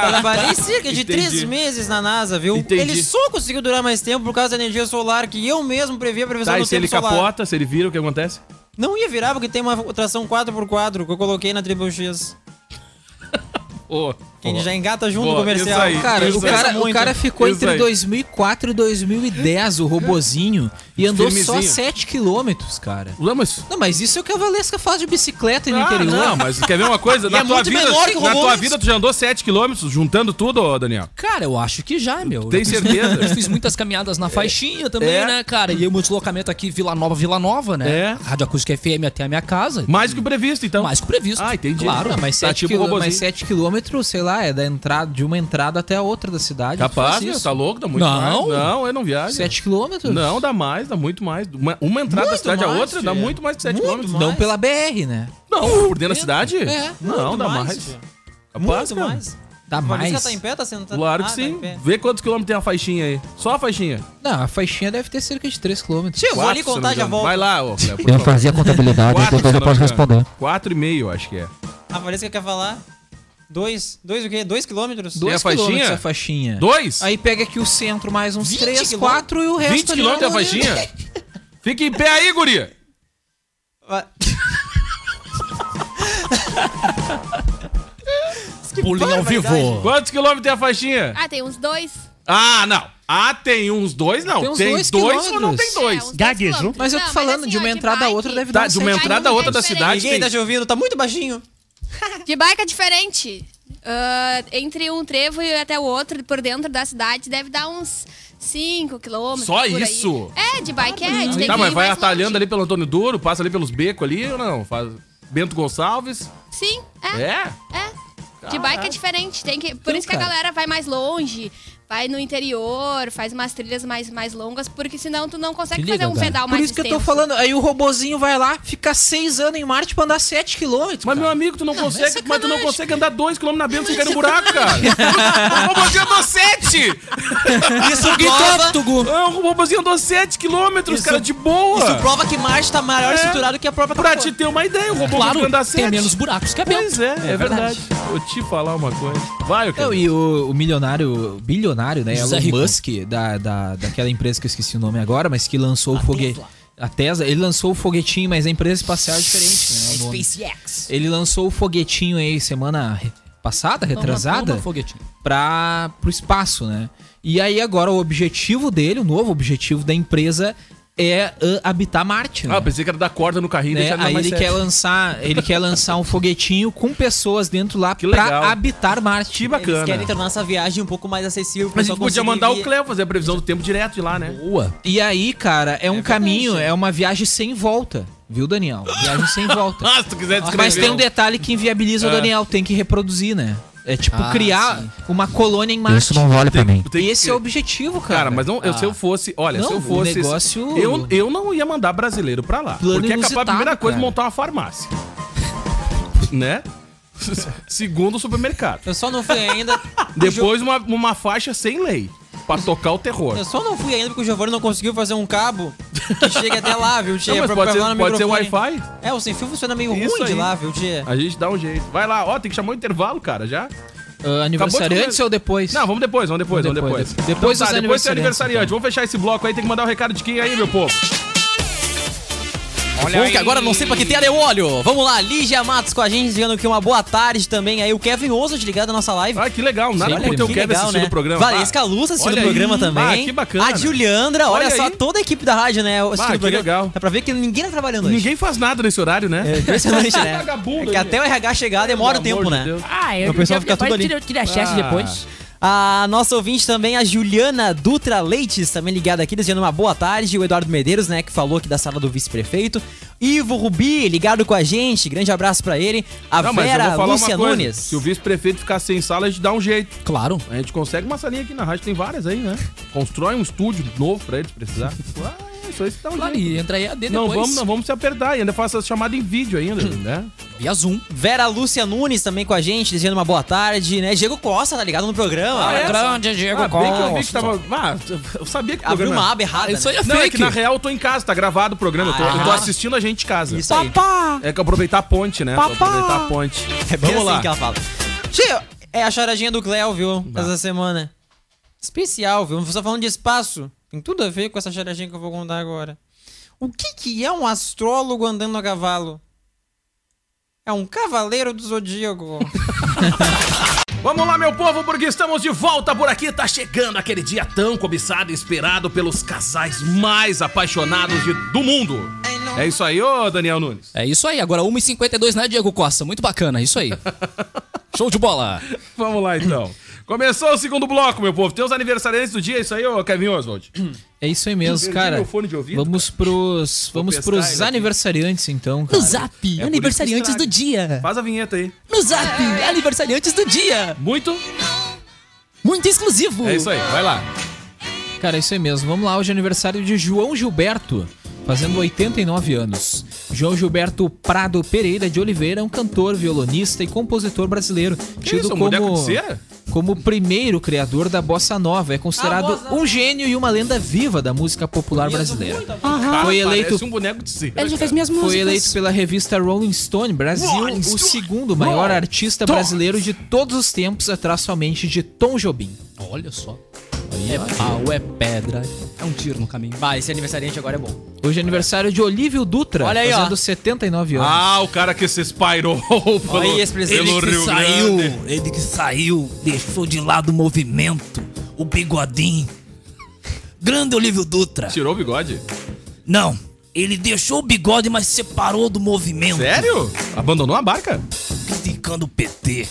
S5: Trabalhei cerca de
S4: Entendi.
S5: três meses na NASA, viu?
S4: Entendi.
S5: Ele só conseguiu durar mais tempo por causa da energia solar que eu mesmo previ a previsão
S4: Tá,
S5: do
S4: e se
S5: tempo
S4: ele
S5: solar.
S4: capota, se ele vira, o que acontece?
S5: Não ia virar porque tem uma tração 4x4 que eu coloquei na Triple X.
S4: Ô,
S5: Que ele já engata junto
S4: Boa,
S5: o comercial.
S4: isso aí.
S6: Cara,
S4: Isso
S6: o cara, o cara ficou
S4: Isso
S6: entre
S4: aí.
S6: 2004 e 2010, o robozinho, e andou só
S4: Firmezinho.
S6: 7 quilômetros, cara.
S4: Lamos.
S6: Não, mas isso é o que a Valesca faz de bicicleta no
S4: Ah,
S6: interior.
S4: não, mas quer ver uma coisa? Na
S5: é
S4: tua
S5: muito
S4: vida,
S5: menor que o
S4: na
S5: robô
S4: tua
S5: antes.
S4: vida tu já andou 7km juntando tudo, ô, Daniel?
S9: Cara, eu acho que já, meu.
S4: Tem
S9: Eu fiz-
S4: certeza?
S9: Eu fiz muitas caminhadas na faixinha também,
S4: É.
S9: né, cara? E o meu deslocamento aqui, Vila Nova, Vila Nova, né?
S4: É.
S9: Rádio Acústica FM até a minha casa.
S4: Mais que o previsto, então.
S9: Mais que o previsto.
S4: Ah, entendi.
S9: Claro. é
S6: Não, mas
S4: Tá
S6: 7
S4: tipo um robozinho.
S6: quilômetros, sei lá, é da entrada, de uma entrada até a outra da cidade.
S4: Capaz, meu, tá louco, dá muito
S9: Não.
S4: mais. Não, eu não viajo.
S6: 7 quilômetros?
S4: Não, dá mais, dá muito mais. Uma, uma entrada da
S6: Muito
S4: cidade a
S6: mais,
S4: outra dá
S6: filho.
S4: muito mais de 7
S6: Muito
S4: quilômetros.
S6: Não pela BR, né?
S4: Não, por dentro da cidade?
S6: É,
S4: Não, dá
S5: mais,
S4: mais.
S5: filho.
S4: Capaz,
S5: Muito
S4: cara.
S5: mais.
S6: Dá
S5: A Valesca
S6: mais.
S5: tá em pé, tá sentado?
S4: Claro que
S5: Ah, tá
S4: sim.
S5: em pé.
S4: Vê quantos quilômetros tem a faixinha aí. Só a faixinha.
S6: Não, a faixinha deve ter cerca de 3 quilômetros.
S5: Che, eu vou
S4: Quatro,
S5: ali
S4: se não me
S5: contar já
S4: engano.
S5: volto.
S4: Vai lá, ô. Cleber, por
S15: Eu
S4: favor.
S15: fazia contabilidade,
S4: Quatro,
S15: depois eu
S4: se não
S15: posso
S4: me engano.
S15: responder.
S4: Quatro e meio, acho que é.
S5: A Valesca quer falar? Dois. Dois o quê? Dois quilômetros?
S4: Dois.
S6: Dois
S4: a faixinha?
S6: quilômetros a faixinha.
S4: Dois?
S6: Aí pega aqui o centro mais uns
S5: 20
S6: 3,
S5: quilômetros?
S6: 4 e o resto
S4: 20
S6: ali
S4: quilômetros é a
S6: na rodinha.
S4: faixinha? Fica em pé aí, guria.
S5: Ah,
S9: Bullying ao vivo.
S4: Quantos quilômetros tem a faixinha?
S16: Ah, tem uns dois.
S4: Ah, não. Ah, tem uns dois, não.
S6: Tem uns
S4: Tem,
S6: dois
S4: dois ou não
S6: quilômetros.
S4: tem
S16: É, uns
S4: dois?
S16: Gaguejo.
S6: Mas eu tô falando,
S4: assim,
S6: de uma entrada a outra deve dar um
S4: Tá,
S6: uns
S4: de uma
S6: sete.
S4: entrada a outra da
S16: Diferente.
S4: cidade
S5: Ninguém
S4: tem...
S5: tá te ouvindo, tá muito baixinho.
S16: De bike é diferente. Ah, entre um trevo e até o outro, por dentro da cidade, deve dar uns 5 quilômetros.
S4: Só
S16: por aí.
S4: isso?
S16: É, de bike é. De
S4: Tá, mas vai atalhando ali pelo Antônio Duro, passa ali pelos becos ali ou não? Faz... Bento Gonçalves.
S16: Sim, é.
S4: É?
S16: é. De bike é diferente. Tem que, por
S6: Então,
S16: isso que a
S6: cara.
S16: galera vai mais longe, vai no interior, faz umas trilhas mais, mais longas, porque senão tu não consegue
S6: Que
S16: fazer
S6: legal,
S16: um
S6: cara.
S16: pedal
S6: Por
S16: mais
S6: isso que eu tô
S16: extenso.
S6: falando, aí o robozinho vai lá, fica 6 anos em Marte pra andar 7 quilômetros.
S4: Mas,
S6: cara.
S4: meu amigo, tu não,
S6: mas é
S4: consegue. Mas tu não
S6: sacanagem.
S4: consegue andar dois quilômetros na Bento sem cair no buraco, cara. o robozinho andou sete!
S5: Isso prova,
S4: Ah, o robozinho andou sete quilômetros, cara, de boa!
S5: isso prova que Marte tá maior
S4: Ah. É.
S5: estruturado que a própria
S4: Pra
S5: Terra.
S4: te ter uma ideia, o robô
S9: Claro,
S4: conseguiu andar
S9: tem
S4: sete.
S9: menos buracos que a Bento.
S4: Pois é, é, verdade. Vou te falar uma coisa. Vai, o
S6: Não, e o, o milionário, o bilionário, né?
S9: José
S6: Elon
S9: Rico.
S6: Musk, da, da, daquela empresa que eu esqueci o nome agora, mas que lançou o foguete. A Tesla, ele lançou o foguetinho, mas a empresa espacial é diferente, né? o nome.
S9: SpaceX.
S6: Ele lançou o foguetinho aí semana re- passada, retrasada,
S9: Uma foguetinha.
S6: para pro espaço, né? E aí agora o objetivo dele, o novo objetivo da empresa é ah, habitar Marte, né?
S4: Ah, pensei que era dar corda no carrinho e
S6: Né?
S4: deixar é.
S6: Aí
S4: mais
S6: ele
S4: sete.
S6: quer lançar, ele quer lançar um foguetinho com pessoas dentro lá
S4: Que legal.
S6: pra habitar Marte.
S4: Que
S5: Eles querem
S4: bacana.
S5: tornar essa viagem um pouco mais acessível. pro
S4: Mas a
S5: pessoal
S4: gente podia
S5: conseguir
S4: mandar o
S5: vir.
S4: Cleo fazer a previsão do tempo direto de lá, né?
S9: Boa.
S6: E aí, cara, é um caminho, é uma viagem sem volta, viu, Daniel? Viagem sem volta. um
S4: Ah, É. se tu quiser descrever.
S6: Mas tem um detalhe que inviabiliza o Daniel, tem que reproduzir, né?
S9: É tipo
S4: Ah,
S9: criar uma colônia em Marte.
S5: Isso não vale pra mim.
S9: E esse é o objetivo, cara.
S4: Cara, mas não, eu, se eu
S9: Ah.
S4: fosse, olha, se
S9: Não,
S4: eu fosse,
S9: O negócio...
S4: eu, eu não ia mandar brasileiro pra lá,
S9: Plano
S4: porque é capaz a
S9: inusitado,
S4: primeira coisa
S9: cara.
S4: montar uma farmácia, né? Segundo o supermercado.
S6: Eu só não fui ainda.
S4: Depois uma, uma faixa sem lei pra tocar o terror.
S6: Eu só não fui ainda porque o Giovanni não conseguiu fazer um cabo que chegue até lá, viu, Tchê?
S4: Não, mas
S6: Pra-
S4: pode
S6: pra
S4: ser-
S6: lá no
S4: pode ser um
S6: microfone.
S4: Wi-Fi?
S6: É, o sem fio funciona meio
S4: Isso
S6: ruim de
S4: aí.
S6: lá, viu, Tchê?
S4: A gente dá um jeito. Vai lá, ó, tem que chamar o intervalo, cara, já.
S9: Ah, aniversariante
S4: Acabou de comer-
S9: ou depois?
S4: Não, vamos depois, vamos depois, vamos
S9: Depois,
S4: depois.
S9: de- depois
S4: tá,
S9: dos
S4: depois tem
S9: aniversariantes, então.
S4: aniversariante. Vamos fechar esse bloco aí, tem que mandar o recado de quem aí, meu povo?
S6: Olha que agora não sei pra que tela eu olho. Vamos lá, Lígia Matos com a gente, dizendo que uma boa tarde também. Aí o Kevin Oswald ligado na nossa live.
S4: Ah, que legal, nada
S6: Olha,
S4: como ter o
S6: que
S4: Kevin
S6: legal,
S4: assistindo
S6: né?
S4: o programa.
S6: Valesca
S9: é
S4: Ah,
S6: Luz assistindo
S4: olha
S6: o
S4: aí.
S6: programa também.
S4: Ah, que bacana.
S6: A Juliandra, olha,
S4: Olha
S6: só,
S4: aí.
S6: toda a equipe da rádio, né? assistindo
S4: Bah,
S6: o
S4: que
S6: programa.
S4: legal.
S6: Dá pra ver que ninguém tá trabalhando hoje.
S4: Ninguém faz nada nesse horário, né?
S6: É impressionante, né?
S4: Vagabundo,
S6: É que
S4: hein,
S6: até o RH chegar demora o
S4: Pelo amor
S6: tempo,
S4: de
S6: né?
S4: Deus.
S5: Ah,
S6: eu- O pessoal eu- fica eu- tudo eu ali. tiro-
S5: Tira a
S6: chefe
S3: Ah.
S5: chefe
S6: depois.
S5: depois.
S6: A nossa ouvinte também, a Juliana Dutra Leites, também ligada aqui, desejando uma boa tarde. O Eduardo Medeiros, né, que falou aqui da sala do vice-prefeito. Ivo Rubi, ligado com a gente, grande abraço pra ele. A
S4: Não, mas eu vou
S6: Vera
S4: falar
S6: Lúcia
S4: uma coisa.
S6: Nunes.
S4: Se o vice-prefeito ficar sem sala, a gente dá um jeito.
S5: Claro.
S4: A gente consegue uma salinha aqui na rádio, tem várias aí, né? Constrói um estúdio novo pra ele se precisar. Ah, é isso aí que dá um
S3: Claro,
S4: jeito.
S3: e entra aí a D depois.
S4: Não vamos, não vamos se apertar, e ainda faço essa chamada em vídeo ainda,
S6: Hum.
S4: né?
S3: Via Zoom.
S6: Vera Lúcia Nunes também com a gente, desejando uma boa tarde, né? Diego Costa, tá ligado no programa.
S3: Ah,
S6: Olha
S3: é?
S6: só.
S3: Grande Diego
S4: Ah, bem que eu vi que
S3: Costa.
S4: tava. Ah, eu sabia que o
S6: Abriu
S4: programa-
S6: uma aba errada. né?
S3: Isso aí é
S4: Não, é que
S3: fake.
S4: na real eu tô em casa, tá gravado o programa. eu, tô, eu tô
S3: Ah.
S4: assistindo a gente em casa.
S6: Isso aí.
S4: É que eu aproveitar a ponte, né?
S6: Papá.
S4: Aproveitar a ponte.
S6: É bem
S4: Vamos
S6: assim
S4: lá.
S6: que ela fala. Tio, é a charadinha do Cléo, viu? Essa semana. Especial, viu? Você falando de espaço. Tem tudo a ver com essa charadinha que eu vou contar agora. O que, que é um astrólogo andando a cavalo? É um cavaleiro do zodíaco.
S4: Vamos lá, meu povo, porque estamos de volta por aqui. Tá chegando aquele dia tão cobiçado e esperado pelos casais mais apaixonados de- do mundo. É isso aí, ô Daniel Nunes.
S3: É isso aí, agora 1h52, né, Diego Costa? Muito bacana, isso aí. Show de bola.
S4: Vamos lá, então. Começou o segundo bloco, meu povo. Tem os aniversariantes do dia, é isso aí, ô Kevin Oswald.
S9: É isso aí mesmo,
S4: Perdi
S9: cara.
S4: meu fone de ouvido,
S9: Vamos pros, vamos
S4: testar
S9: pros
S4: ele aqui.
S9: aniversariantes, então,
S3: No
S9: cara.
S3: Zap,
S4: É
S3: aniversariantes
S4: por isso que
S3: do dia.
S4: Faz a vinheta aí.
S3: No Zap,
S6: É.
S3: aniversariantes do dia.
S4: Muito?
S3: Muito exclusivo.
S4: É isso aí, vai lá.
S9: Cara, é isso aí mesmo. Vamos lá, hoje é aniversário de João Gilberto, fazendo 89 anos. João Gilberto Prado Pereira de Oliveira é um cantor, violonista e compositor brasileiro, tido
S4: isso, um boneco
S9: como
S4: de cera?
S9: como o primeiro criador da bossa nova, é considerado um gênio e uma lenda viva da música popular brasileira.
S4: Cara,
S9: Ah. Foi eleito
S4: Parece um boneco de cera.
S5: Ele já fez minhas músicas.
S9: Foi eleito pela revista Rolling Stone Brasil o segundo maior artista brasileiro de todos os tempos, atrás somente de Tom Jobim.
S3: Olha só. é pau, é pedra, é um tiro no caminho.
S6: Vai, esse aniversariante agora é bom.
S9: Hoje é aniversário de Olívio Dutra,
S6: Olha aí, ó.
S9: fazendo 79 anos.
S4: Ah, o cara que se espairou pelo,
S6: Olha esse presidente
S4: pelo
S6: que
S4: Rio Grande.
S5: ele que saiu, deixou de lado o movimento, o bigodinho. Grande Olívio Dutra.
S4: Tirou o bigode?
S5: Não, ele deixou o bigode, mas separou do movimento.
S4: Sério? Abandonou a barca?
S5: Criticando o PT.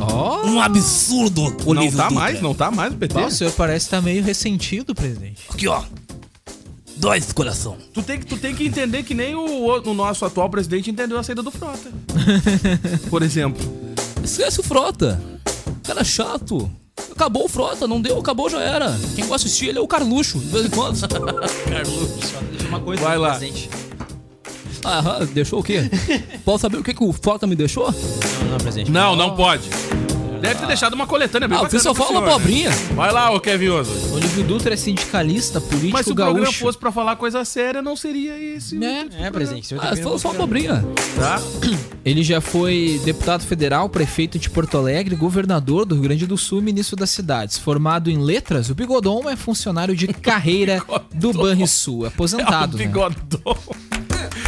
S3: Oh.
S5: Um absurdo, Olívio
S4: não tá
S5: Dutra.
S4: mais, não tá mais o PT.
S9: Ah, o senhor parece
S3: tá
S9: estar meio ressentido, presidente.
S5: Aqui, ó. Dois coração.
S4: Tu tem, que, tu tem que entender que nem o, o- o nosso atual presidente entendeu a saída do Frota. Por exemplo.
S3: Esquece o Frota. Cara é chato. Acabou o Frota, não deu, acabou, já era. Quem gosta de assistir ele é o Carluxo, de vez em quando.
S6: Uma coisa
S4: Vai lá.
S6: presente.
S3: Aham, Ah, deixou o quê? Posso saber o que, que o Frota me deixou?
S6: Não, não, presente.
S4: Não, não pode. Deve ter deixado uma coletânea bem
S3: Ah, você
S4: bacana
S3: só
S4: pro
S3: fala
S4: senhor, né?
S3: abobrinha.
S4: Vai lá, ô Kevin Oso.
S9: Olívio Dutra é sindicalista, político
S4: Mas se o programa
S9: gaúcho.
S4: fosse pra falar coisa séria, não seria esse.
S3: Né?
S6: É, presente.
S3: Ah, só, só abobrinha.
S4: Tá?
S9: Ele já foi deputado federal, prefeito de Porto Alegre, governador do Rio Grande do Sul, e ministro das cidades. Formado em letras, o Bigodon é funcionário de carreira do Banrisul, aposentado.
S4: é o
S9: né?
S4: bigodão.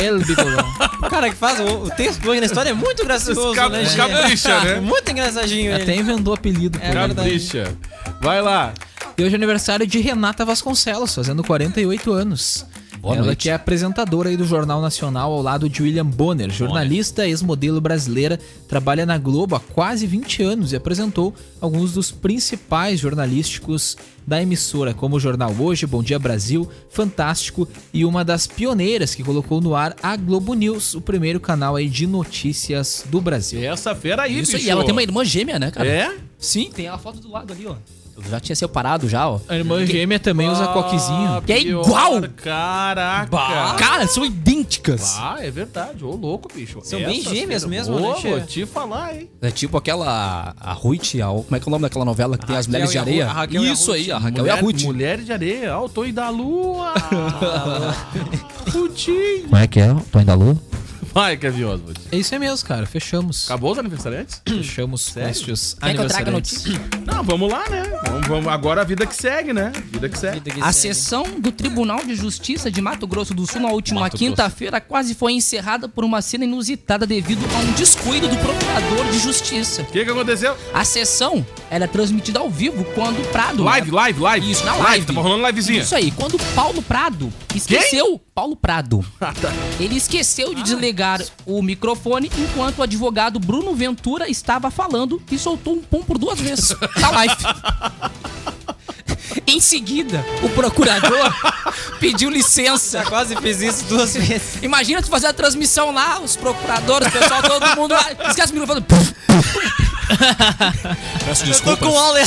S9: El Bigodon.
S6: O cara que faz o, o texto hoje na história é muito gracioso,
S4: Esse cabo-
S6: né? gente?
S4: capricha, né?
S6: Muito engraçadinho ele.
S9: Até inventou apelido. pô.
S4: Capricha. Vai lá.
S9: E hoje é aniversário de Renata Vasconcelos, fazendo 48 anos.
S17: Boa Ela
S9: noite.
S17: que é apresentadora aí do Jornal Nacional ao lado de William Bonner, jornalista, ex-modelo brasileira, trabalha na Globo há quase 20 anos e apresentou alguns dos principais jornalísticos da emissora, como o Jornal Hoje, Bom Dia Brasil, Fantástico e uma das pioneiras que colocou no ar a Globo News, o primeiro canal aí de notícias do Brasil.
S4: Essa fera aí,
S9: Isso,
S4: É, bicho.
S9: e ela tem uma irmã gêmea, né, cara?
S4: É?
S9: Sim, tem a foto do lado ali, ó. Eu já tinha separado já, ó.
S17: A irmã gêmea também usa coquezinho.
S9: Que é igual!
S4: Ah, Caraca!
S9: Cara, são idênticas.
S4: Ah, é verdade. Ô, louco, bicho.
S6: São bem
S4: Essas
S6: gêmeas
S4: fera-
S6: mesmo,
S4: Ô,
S6: né,
S4: vou
S6: tia?
S4: te falar, hein?
S9: É tipo aquela. A Ruth, a- como é que é o nome daquela novela que tem as mulheres de
S4: e a Ru-
S9: areia?
S4: a Raquel e a
S9: Isso
S4: Ruth.
S9: aí, a Raquel e a
S4: Mulher-
S9: Ruth.
S4: Mulheres de areia, ao Toy da Lua. Rutinho.
S9: Como é que é? Tô ainda lua?
S4: Vai, Kevin Oswald.
S17: É isso aí mesmo, cara. Fechamos.
S4: Acabou os aniversariantes?
S17: Fechamos com estes
S9: Quer que eu traga
S17: aniversariantes.
S4: Não, vamos lá, né? Vamos, vamos- Agora a vida que segue, né? Vida que segue.
S9: A sessão do Tribunal de Justiça de Mato Grosso do Sul na última
S4: Mato
S9: quinta-feira quase foi encerrada por uma cena inusitada devido a um descuido do procurador de justiça.
S4: O que, que aconteceu?
S9: A sessão era transmitida ao vivo quando o Prado.
S4: Live, live, live.
S9: Isso, na live.
S4: Tava rolando livezinha.
S9: Isso aí, quando Paulo Prado esqueceu. Paulo Prado.
S4: Ah, tá.
S9: Ele esqueceu de desligar o microfone enquanto o advogado Bruno Ventura estava falando e soltou um pum por duas vezes na live. em seguida, o procurador pediu licença.
S6: Já quase fiz isso duas vezes.
S9: Imagina tu fazer a transmissão lá, os procuradores, o pessoal, todo mundo lá. Esquece o microfone. Peço
S6: Eu tô com aula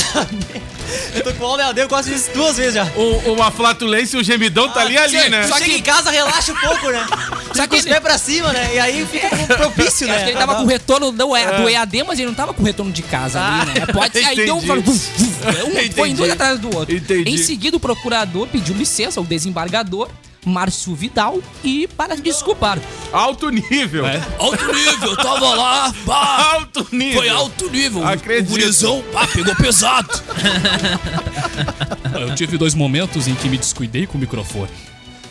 S6: Eu tô com aula eu quase fiz isso duas vezes já.
S4: O, uma flatulência e o gemidão tá ali ali,
S9: sim,
S4: né?
S9: só
S6: Só
S9: que-
S6: que em casa relaxa um pouco, né?
S9: Só
S6: Só
S9: que
S6: que os
S9: ele-
S6: pés pra cima, né? E aí fica propício, né?
S9: Acho que ele tava
S6: Ah,
S9: com retorno do, E-
S4: É.
S9: do EAD, mas ele não tava com retorno de casa ali, né? Pode ser, aí deu um,
S4: Ah. Entendi.
S9: um foi
S4: Entendi.
S9: dois atrás do outro.
S4: Entendi.
S9: Em seguida, o procurador pediu licença ao desembargador, Márcio Vidal, e para desculpar.
S4: Alto nível.
S9: É. Alto nível, tava lá, pá,
S4: É. Alto nível.
S9: alto nível.
S4: Acredito.
S9: pá, pegou pesado. Eu tive dois momentos em que me descuidei com o microfone.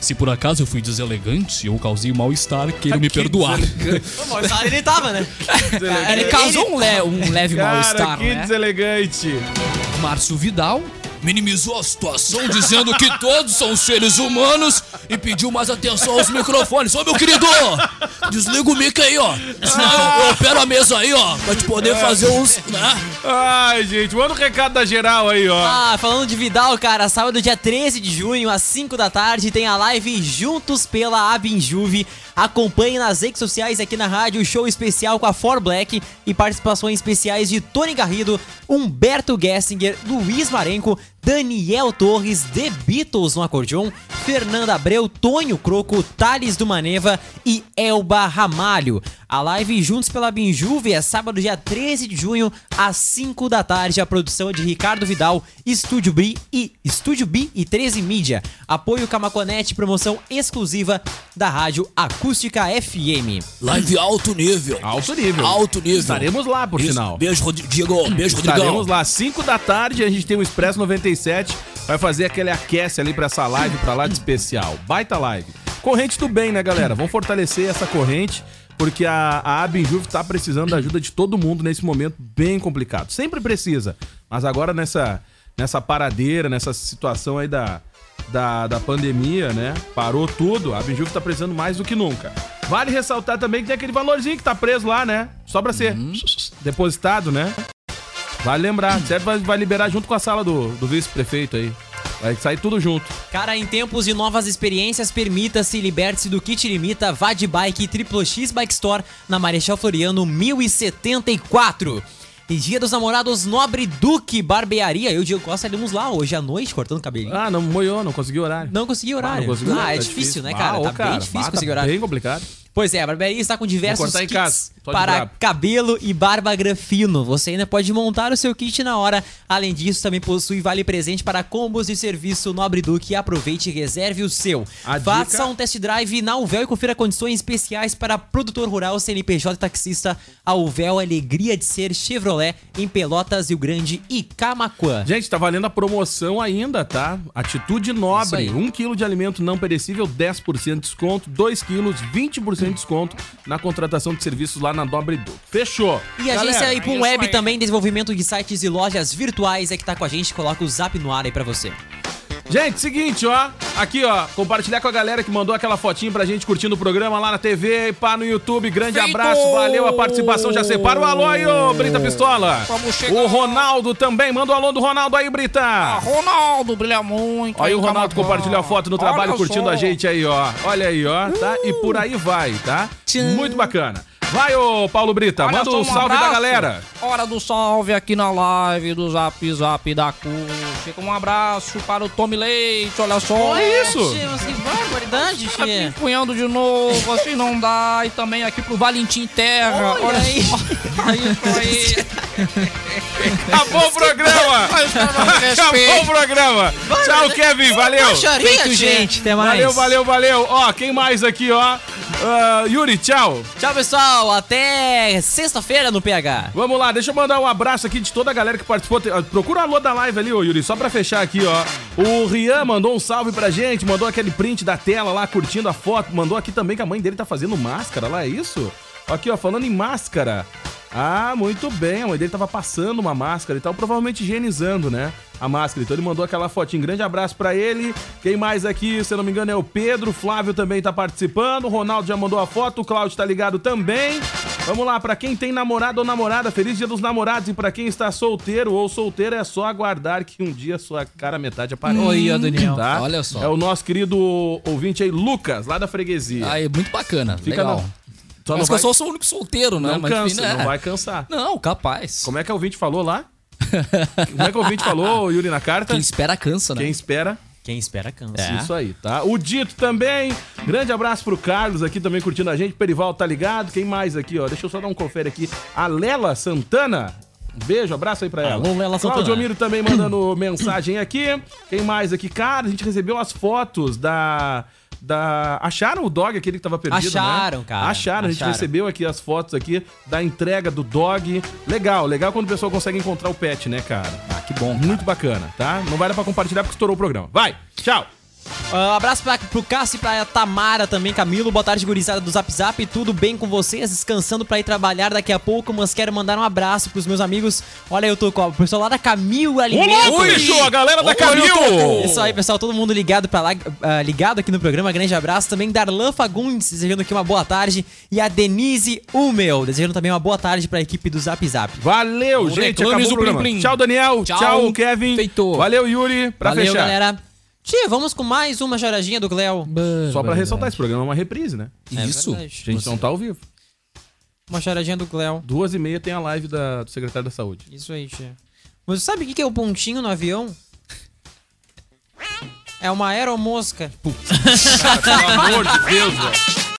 S9: Se por acaso eu fui deselegante ou causei mal-estar, queiram me perdoar.
S6: mas Ele tava, né?
S9: Tá. Ele causou um, le- um leve
S4: Cara,
S9: mal-estar,
S4: que
S9: né?
S4: deselegante.
S9: Márcio Vidal minimizou a situação dizendo que todos são seres humanos e pediu mais atenção aos microfones. Ô, meu querido, desliga o mic aí, ó. Senão eu opero a mesa aí, ó, pra te poder fazer uns... Né?
S4: Ai, gente, manda um recado da geral aí, ó.
S6: Ah, falando de Vidal, cara, sábado dia 13 de junho, às 5 da tarde, tem a live Juntos pela Abinjuve. Acompanhe nas redes sociais aqui na rádio o show especial com a For Black e participações especiais de Tony Garrido, Humberto Gessinger, Luiz Marenco, Daniel Torres, The Beatles no acordeon, Fernanda Abreu, Tonho Croco, Thales do Maneva e Elba Ramalho. A live Juntos pela Binjuve é sábado, dia 13 de junho, às 5 da tarde. A produção é de Ricardo Vidal, Estúdio B e Estúdio B e 13 Mídia. Apoio Camaconete, promoção exclusiva da Rádio Acústica FM.
S18: Live alto nível.
S4: Alto nível.
S18: Alto nível.
S4: Estaremos lá, por
S18: Isso.
S4: sinal.
S18: Beijo, Rod- Diego. Beijo, Rodrigão.
S4: Estaremos lá, 5 da tarde, a gente tem o Expresso 97. Vai fazer aquele aquece ali pra essa live, pra lá de especial. Baita live. Corrente do bem, né, galera? Vamos fortalecer essa corrente, porque a, a Abinjuve tá precisando da ajuda de todo mundo nesse momento bem complicado. Sempre precisa, mas agora nessa, nessa paradeira, nessa situação aí da, da, da pandemia, né? Parou tudo, a Abinjuve tá precisando mais do que nunca. Vale ressaltar também que tem aquele valorzinho que tá preso lá, né? Só pra ser depositado, né? Vai lembrar, certo? Vai, vai liberar junto com a sala do, do vice-prefeito aí. Vai sair tudo junto.
S6: Cara, em tempos de novas experiências, permita-se, liberte-se do que te limita, vá de bike e Triplo X Bike Store na Marechal Floriano 1074. E Dia dos Namorados Nobre Duque Barbearia. Eu e o Diego Costa iremos lá hoje à noite cortando cabelinho.
S4: Ah, não moiou, não conseguiu horário.
S6: Não consegui horário. Ah,
S4: conseguiu horário,
S6: é difícil, né, cara?
S4: Ah, ô,
S6: tá bem difícil
S4: bah, tá
S6: conseguir horário.
S4: Bem complicado.
S6: Pois é, a barbearia está com diversos
S4: cortar em
S6: kits
S4: casa, tô de
S6: para
S4: brabo.
S6: cabelo e barba grafino. Você ainda pode montar o seu kit na hora. Além disso, também possui vale presente para combos de serviço Nobre Duque. Aproveite e reserve o seu.
S4: A
S6: Faça
S4: dica-
S6: um test drive na Uvel e confira condições especiais para produtor rural, CNPJ e taxista. A Uvel, alegria de ser Chevrolet em Pelotas, Rio Grande e Camacuã.
S4: Gente, tá valendo a promoção ainda, tá? Atitude nobre. 1 um quilo de alimento não perecível, 10% de desconto. 2 quilos, 20% de desconto na contratação de serviços lá na Dobre Duque. Fechou.
S6: E a agência Ipum um Web também, desenvolvimento de sites e lojas virtuais é que tá com a gente. Coloca o zap no ar aí pra você.
S4: Gente, seguinte, ó. Aqui, ó. Compartilhar com a galera que mandou aquela fotinha pra gente curtindo o programa lá na TV e pá no YouTube. Grande
S9: Feito!
S4: abraço, valeu a participação. Já separa o alô aí, ô Brita Pistola.
S9: Vamos chegar.
S4: O Ronaldo também. Manda o alô do Ronaldo aí, Brita.
S9: Ronaldo brilha muito.
S4: Olha aí
S9: hein,
S4: o Ronaldo
S9: Camargo?
S4: compartilhou a foto no trabalho,
S9: Olha Uh.
S4: curtindo
S9: só.
S4: a gente aí, ó. Olha aí, ó, tá? E por aí vai, tá? Muito bacana. Vai, ô Paulo Brita,
S9: Olha
S4: manda
S9: só,
S4: um salve da
S9: abraço.
S4: galera.
S9: Hora do salve aqui na live do Zap Zap da Acústica. Um abraço para o Tommy Leite, olha só.
S4: Olha É isso. Oxe,
S9: Mas que barbaridade, Tá me empunhando de novo, assim não dá. E também aqui pro Valentim Terra. Olha, aí.
S4: Acabou o programa! Acabou o programa! Tchau, Kevin, valeu!
S9: baixaria, Feito, tia. gente, até mais.
S4: Valeu, valeu, valeu! Ó, quem mais aqui, ó? Ah, Yuri, tchau!
S6: Tchau, pessoal! Até sexta-feira no PH!
S4: Vamos lá, deixa eu mandar um abraço aqui de toda a galera que participou. Te- ah, Procura o alô da live ali, ô Yuri, só pra fechar aqui, ó. O Rian mandou um salve pra gente, mandou aquele print da tela lá, curtindo a foto. Mandou aqui também que a mãe dele tá fazendo máscara lá, é isso? Aqui, ó, falando em máscara. Ah, muito bem, a mãe dele tava passando uma máscara e tal, provavelmente higienizando, né? A máscara. Então ele mandou aquela fotinha. Grande abraço pra ele. Quem mais aqui, se eu não me engano, é o Pedro. O Flávio também tá participando. O Ronaldo já mandou a foto. O Cláudio tá ligado também. Vamos lá, pra quem tem namorado ou namorada, feliz dia dos namorados. E pra quem está solteiro ou solteira, é só aguardar que um dia sua cara metade apareça.
S19: Oi, ó, Daniel.
S4: Tá?
S20: Olha só.
S4: É o nosso querido ouvinte aí, Lucas, lá da freguesia.
S20: Aí, muito bacana.
S4: Fica
S20: legal.
S4: na-
S20: Só
S4: Só
S20: Mas que
S4: não
S20: eu sou,
S4: vai-
S20: sou o único solteiro, né?
S4: Não
S20: Mas,
S4: cansa,
S20: enfim, né?
S4: não vai cansar.
S20: Não, capaz.
S4: Como é que o ouvinte falou lá? Como é que o ouvinte falou, Yuri, na carta? Quem
S20: espera cansa,
S4: né? Quem espera...
S6: Quem espera cansa.
S4: Isso aí, tá? O Dito também. Grande abraço pro Carlos aqui também curtindo a gente. Perival tá ligado. Quem mais aqui, ó? Deixa eu só dar um confere aqui. A Lela Santana. Beijo, abraço aí pra ela.
S6: Alô, Lela Santana.
S4: Claudio Miro também mandando mensagem aqui. Quem mais aqui? Cara, a gente recebeu as fotos da. Da... Acharam o dog aquele que tava perdido,
S6: Acharam,
S4: né?
S6: cara.
S4: Acharam, a gente
S6: Acharam.
S4: recebeu aqui as fotos aqui da entrega do dog. Legal, legal quando o pessoal consegue encontrar o pet, né, cara? Ah,
S20: que bom.
S4: Muito bacana, tá? Não vai dar pra compartilhar porque estourou o programa. Vai, tchau!
S6: Ah, abraço pra, pro Cássio e pra Tamara também, Camilo. Boa tarde, gurizada do Zap Zap. Tudo bem com vocês? Descansando pra ir trabalhar daqui a pouco, mas quero mandar um abraço pros meus amigos. Olha, eu tô com o pessoal lá da Camil Alimentos.
S4: louco, bicho, a galera da
S6: Olha,
S4: Camil!
S6: eu tô- É Isso aí, pessoal. Todo mundo ligado, pra lá, ah, ligado aqui no programa. Grande abraço. Também Darlan Fagundes, desejando aqui uma boa tarde. E a Denise Humel, desejando também uma boa tarde pra equipe do Zap Zap.
S4: Valeu,
S6: Não
S4: gente.
S6: reclames
S4: Acabou o
S6: do
S4: programa.
S6: Plim Plim.
S4: Tchau, Daniel. Tchau,
S6: Tchau.
S4: Kevin. Valeu, Yuri. Pra
S6: Valeu,
S4: fechar.
S6: galera. Tia, vamos com mais uma choradinha do Cleo.
S4: Só pra ressaltar, esse programa é uma reprise, né?
S6: Isso.
S4: A gente não tá ao vivo.
S6: Uma charadinha do Cleo.
S4: Duas e meia tem a live da- do secretário da saúde.
S6: Isso aí, tia. Mas sabe o que que é o pontinho no avião? É uma aeromosca.
S4: Pelo amor de Deus, velho.